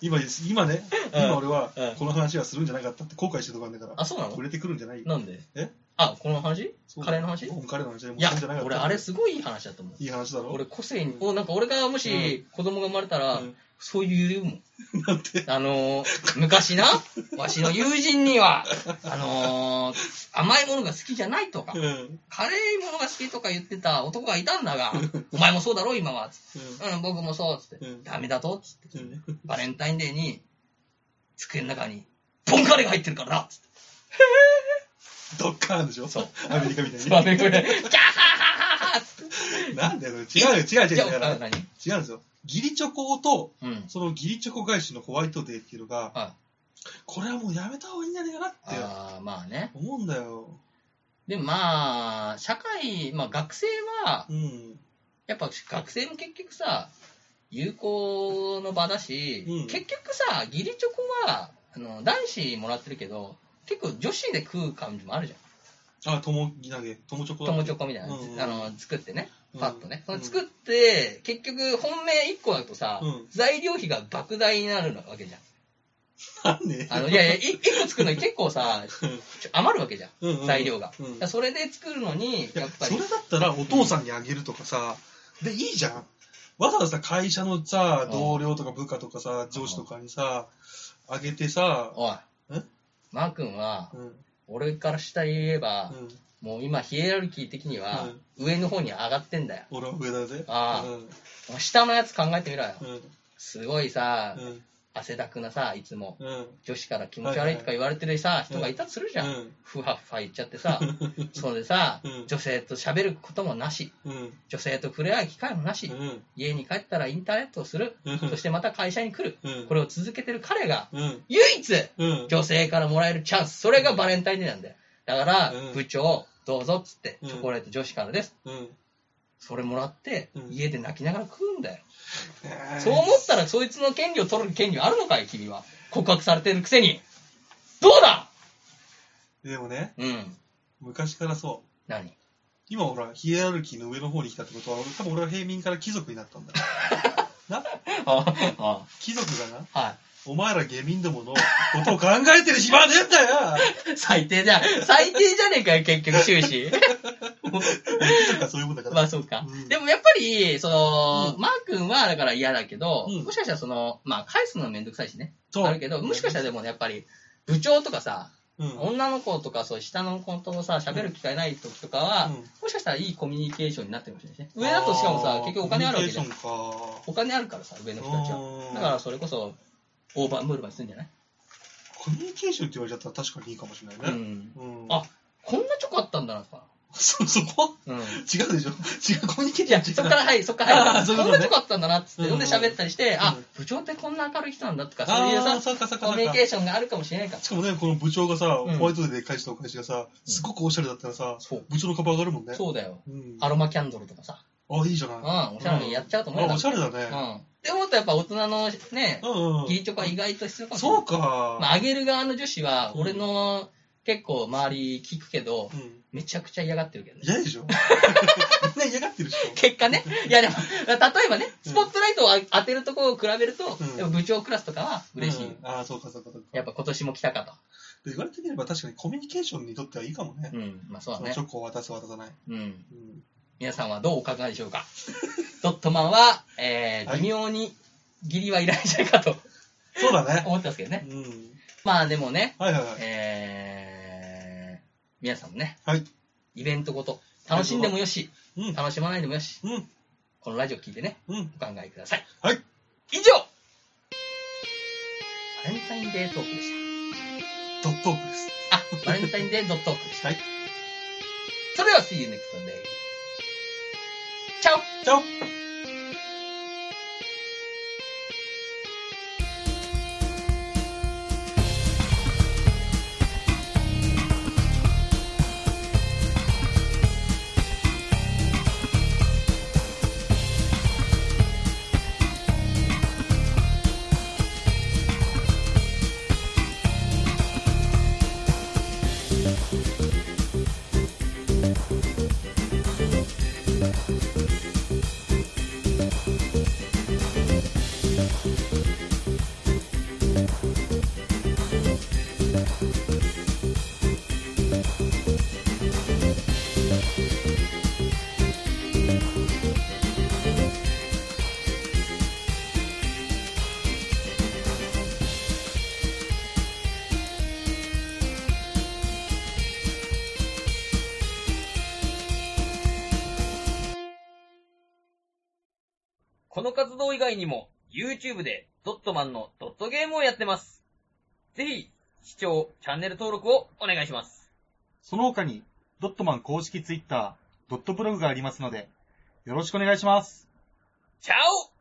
[SPEAKER 3] 今です、今ね、
[SPEAKER 2] うん
[SPEAKER 3] 今俺は
[SPEAKER 2] うん、
[SPEAKER 3] この話はするんじゃなかったって後悔してるとこあるんだか
[SPEAKER 2] あ、そうな
[SPEAKER 3] ら、
[SPEAKER 2] の
[SPEAKER 3] 触れてくるんじゃないよ。
[SPEAKER 2] なんで
[SPEAKER 3] え
[SPEAKER 2] あ、この話
[SPEAKER 3] そう
[SPEAKER 2] カレーの話
[SPEAKER 3] ボンカレーの話でも
[SPEAKER 2] い
[SPEAKER 3] す
[SPEAKER 2] や
[SPEAKER 3] るんじゃなかっ、た。
[SPEAKER 2] 俺あれすごいいい話だと思う。
[SPEAKER 3] いい話だろ
[SPEAKER 2] 俺個性に、おなんか俺がもし子供が生まれたら、
[SPEAKER 3] うん
[SPEAKER 2] そういうもん。
[SPEAKER 3] なんて、
[SPEAKER 2] あのー、昔な、わしの友人には、あのー、甘いものが好きじゃないとか
[SPEAKER 3] う、んうん
[SPEAKER 2] カレーものが好きとか言ってた男がいたん だが、お前もそうだろ、今は。うん、僕もそう、つって
[SPEAKER 3] う。ん
[SPEAKER 2] ダメだと、つって。
[SPEAKER 3] うん
[SPEAKER 2] バレンタインデーに、机の中に、ボンカレーが入ってるからな、つって。
[SPEAKER 3] ドッカーンでしょ
[SPEAKER 2] そう
[SPEAKER 3] アメリカみたい
[SPEAKER 2] つま
[SPEAKER 3] に。
[SPEAKER 2] めこれ、キャーハハハハつって。
[SPEAKER 3] なんだよ、それ違うよ、違う違う
[SPEAKER 2] じゃ
[SPEAKER 3] 違う。
[SPEAKER 2] あ、何
[SPEAKER 3] 違うんですよ。ギリチョコと、
[SPEAKER 2] うん。
[SPEAKER 3] そのギリチョコ返しのホワイトデーっていうのが、
[SPEAKER 2] あ
[SPEAKER 3] これはもうやめた方がいいんじゃないかなって
[SPEAKER 2] あー、まあね。
[SPEAKER 3] 思うんだよ。
[SPEAKER 2] でもまあ、社会、まあ学生は、
[SPEAKER 3] うん。
[SPEAKER 2] やっぱ学生も結局さ、有効の場だし、
[SPEAKER 3] うん
[SPEAKER 2] 結局さ、義理チョコはあの男子もらってるけど、結構女子で食う感じもあるじゃ
[SPEAKER 3] あ、ともぎなげ、ともチョコ
[SPEAKER 2] ん。
[SPEAKER 3] だ。
[SPEAKER 2] 友チョコみたいな、
[SPEAKER 3] うん
[SPEAKER 2] あの作ってね、
[SPEAKER 3] うん
[SPEAKER 2] パッとね。その
[SPEAKER 3] うん
[SPEAKER 2] 作って、結局本命1個だとさ、
[SPEAKER 3] うん
[SPEAKER 2] 材料費が莫大になるわけじゃん。
[SPEAKER 3] なんで
[SPEAKER 2] あのいやいや、1個作るのに結構さ、ちょ余るわけじゃん。
[SPEAKER 3] うんうん
[SPEAKER 2] 材料が。
[SPEAKER 3] うん
[SPEAKER 2] だからそれで作るのに、
[SPEAKER 3] いや
[SPEAKER 2] やっぱ
[SPEAKER 3] そ
[SPEAKER 2] り
[SPEAKER 3] れ。だったらお父さんにあげるとかさ、で、いいじゃん。わざわざ会社のさ
[SPEAKER 2] う、ん
[SPEAKER 3] 同僚とか部下とかさ、上司とかにさ、あげてさ、
[SPEAKER 2] おい
[SPEAKER 3] え、
[SPEAKER 2] マー君は、
[SPEAKER 3] うん、うん、
[SPEAKER 2] 俺から下言えば、もう今ヒエラルキー的には上の方に上がってんだよ、
[SPEAKER 3] 俺は上だぜ。
[SPEAKER 2] ああ
[SPEAKER 3] うん
[SPEAKER 2] 下のやつ考えてみろよ、
[SPEAKER 3] うん、
[SPEAKER 2] すごいさ、
[SPEAKER 3] うん、
[SPEAKER 2] 汗だくなさ、いつも、
[SPEAKER 3] うん。
[SPEAKER 2] 女子から気持ち悪いとか言われてるさ、人がいたとするじゃん。
[SPEAKER 3] うん
[SPEAKER 2] ふわふわ言っちゃってさ、それでさ
[SPEAKER 3] うん、
[SPEAKER 2] 女性と喋ることもなし、
[SPEAKER 3] うん。
[SPEAKER 2] 女性と触れ合う機会もなし、
[SPEAKER 3] うん。
[SPEAKER 2] 家に帰ったらインターネットをする、
[SPEAKER 3] うん
[SPEAKER 2] そしてまた会社に来る、
[SPEAKER 3] うん
[SPEAKER 2] これを続けてる彼が、
[SPEAKER 3] うん。
[SPEAKER 2] 唯一、
[SPEAKER 3] うん。
[SPEAKER 2] 女性からもらえるチャンス、それがバレンタインデーなんだよ。だから、
[SPEAKER 3] うん
[SPEAKER 2] 部長、どうぞっつって、
[SPEAKER 3] うん
[SPEAKER 2] チョコレート女子からです。
[SPEAKER 3] うん。
[SPEAKER 2] それもらって
[SPEAKER 3] う、ん
[SPEAKER 2] 家で泣きながら食うんだよ。
[SPEAKER 3] ねえ
[SPEAKER 2] そう思ったら、そいつの権利を取る権利あるのかい、君は。告白されてるくせに。どうだ
[SPEAKER 3] でもね、
[SPEAKER 2] うん。
[SPEAKER 3] 昔からそう。
[SPEAKER 2] 何
[SPEAKER 3] 今ほら、ヒエラルキーの上の方に来たってことは、俺多分俺は平民から貴族になったんだ。な
[SPEAKER 2] ああ、
[SPEAKER 3] 貴族がな、
[SPEAKER 2] は
[SPEAKER 3] お前ら下民どものことを考えてる暇はねえんだよ
[SPEAKER 2] い。最低じゃん。最低じゃねえかよ、結局、終 始。
[SPEAKER 3] 貴族はそういうもんだから。
[SPEAKER 2] まあそうか。
[SPEAKER 3] うん
[SPEAKER 2] でもやっぱり、その、マー君はだから嫌だけど、
[SPEAKER 3] うん
[SPEAKER 2] もしかしたらその、まあ返すのはめんどくさいしね。
[SPEAKER 3] そう
[SPEAKER 2] あるけど、もしかしたらでもね、やっぱり、部長とかさ、
[SPEAKER 3] うん。
[SPEAKER 2] 女の子とか、そう、下の子とさ、喋る機会ない時とかは、
[SPEAKER 3] うん
[SPEAKER 2] もしかしたらいいコミュニケーションになってるかもしれないしね。上だとしかもさ、結局お金あるわけじゃ
[SPEAKER 3] コ
[SPEAKER 2] ん。
[SPEAKER 3] ミュ
[SPEAKER 2] お金あるからさ、上
[SPEAKER 3] ニ
[SPEAKER 2] の
[SPEAKER 3] ケー
[SPEAKER 2] 人
[SPEAKER 3] ション
[SPEAKER 2] たちは。
[SPEAKER 3] かうん
[SPEAKER 2] だからそれこそ、オーバームールまでするんじゃない
[SPEAKER 3] コミュニケーションって言われちゃったら確かにいいかもしれな
[SPEAKER 2] う
[SPEAKER 3] いね。
[SPEAKER 2] ん。
[SPEAKER 3] うん
[SPEAKER 2] あこんなチョコあったんだな、とか。
[SPEAKER 3] そ、そこ
[SPEAKER 2] うん。
[SPEAKER 3] 違うでしょ違う、コミュニケー
[SPEAKER 2] いや、
[SPEAKER 3] シ
[SPEAKER 2] そ
[SPEAKER 3] ョン
[SPEAKER 2] っ
[SPEAKER 3] 違う
[SPEAKER 2] か。ら、はい、そっから、は
[SPEAKER 3] あー
[SPEAKER 2] い、
[SPEAKER 3] そういう
[SPEAKER 2] こん
[SPEAKER 3] こと
[SPEAKER 2] な
[SPEAKER 3] ね
[SPEAKER 2] とこあったんだな、っつって、
[SPEAKER 3] うん
[SPEAKER 2] 読んで喋ったりして、あ
[SPEAKER 3] うん、
[SPEAKER 2] 部長ってこんな明るい人なんだとか、そういう
[SPEAKER 3] ああ、
[SPEAKER 2] さ、
[SPEAKER 3] そうかそうか
[SPEAKER 2] コ
[SPEAKER 3] そ
[SPEAKER 2] ミュニ
[SPEAKER 3] うか
[SPEAKER 2] ケ。ーションがあるかもしれないから。
[SPEAKER 3] しかもね、この部長がさ、
[SPEAKER 2] うん
[SPEAKER 3] ホワイトデーで返したお返しがさ、すごくオシャレだったらさ、
[SPEAKER 2] そう。
[SPEAKER 3] 部長の株上がるもんね。
[SPEAKER 2] そうだよ。
[SPEAKER 3] うん。
[SPEAKER 2] アロマキャンドルとかさ。
[SPEAKER 3] あ、いいじゃない。
[SPEAKER 2] うん、おしゃれにやっちゃうと思う
[SPEAKER 3] あ、
[SPEAKER 2] よ
[SPEAKER 3] おしゃれだ
[SPEAKER 2] う
[SPEAKER 3] ね。
[SPEAKER 2] ん。って思うとやっぱ大人のね
[SPEAKER 3] う、んうん。
[SPEAKER 2] ギーチョコは意外と必要かもしれない。
[SPEAKER 3] そうか。
[SPEAKER 2] まあ、あげる側の女子は、
[SPEAKER 3] うん
[SPEAKER 2] 俺の結構周り聞くけど、
[SPEAKER 3] うん。
[SPEAKER 2] めちゃくちゃ嫌がってるけどね。
[SPEAKER 3] 嫌で しょみんな嫌がってるでしょ
[SPEAKER 2] 結果ね。いやでも、例えばね、
[SPEAKER 3] うん
[SPEAKER 2] スポットライトを当てるとこを比べると、
[SPEAKER 3] うん
[SPEAKER 2] やっぱ部長クラスとかは嬉しい。
[SPEAKER 3] うんああ、そうかそうかそうか。
[SPEAKER 2] やっぱ今年も来たか
[SPEAKER 3] で言われてみれば確かにコミュニケーションにとってはいいかもね。
[SPEAKER 2] と。うん、まあそうだ
[SPEAKER 3] そ
[SPEAKER 2] ね
[SPEAKER 3] のチ。ョコを渡す渡さない。
[SPEAKER 2] うん、
[SPEAKER 3] うん
[SPEAKER 2] 皆さんはどうお考えでしょうか ドットマンは、えー
[SPEAKER 3] はい
[SPEAKER 2] 微妙に義理はいらないんじゃないかと
[SPEAKER 3] そうだね。
[SPEAKER 2] 思ってますけどね。
[SPEAKER 3] うん。
[SPEAKER 2] まあでもね、
[SPEAKER 3] はいはいはい。
[SPEAKER 2] えー、皆さんもね、
[SPEAKER 3] はい。
[SPEAKER 2] イベントごと、楽しんでもよし、
[SPEAKER 3] うん。
[SPEAKER 2] 楽しまないでもよし、
[SPEAKER 3] うん。
[SPEAKER 2] このラジオ聞いてね、
[SPEAKER 3] うん。
[SPEAKER 2] お考えください。
[SPEAKER 3] はい。
[SPEAKER 2] 以上バレンタインデートークでし
[SPEAKER 3] ドットークです。
[SPEAKER 2] た。あ、バレンタインデートークでした。
[SPEAKER 3] はい。
[SPEAKER 2] それでは、See you next Sunday. チャオ
[SPEAKER 3] じゃあ。
[SPEAKER 4] この活動以外にも、YouTube でドットマンのドットゲームをやってます。ぜひ、視聴、チャンネル登録をお願いします。
[SPEAKER 5] その他に、ドットマン公式ツイッター、ドットブログがありますので、よろしくお願いします。
[SPEAKER 4] チャオ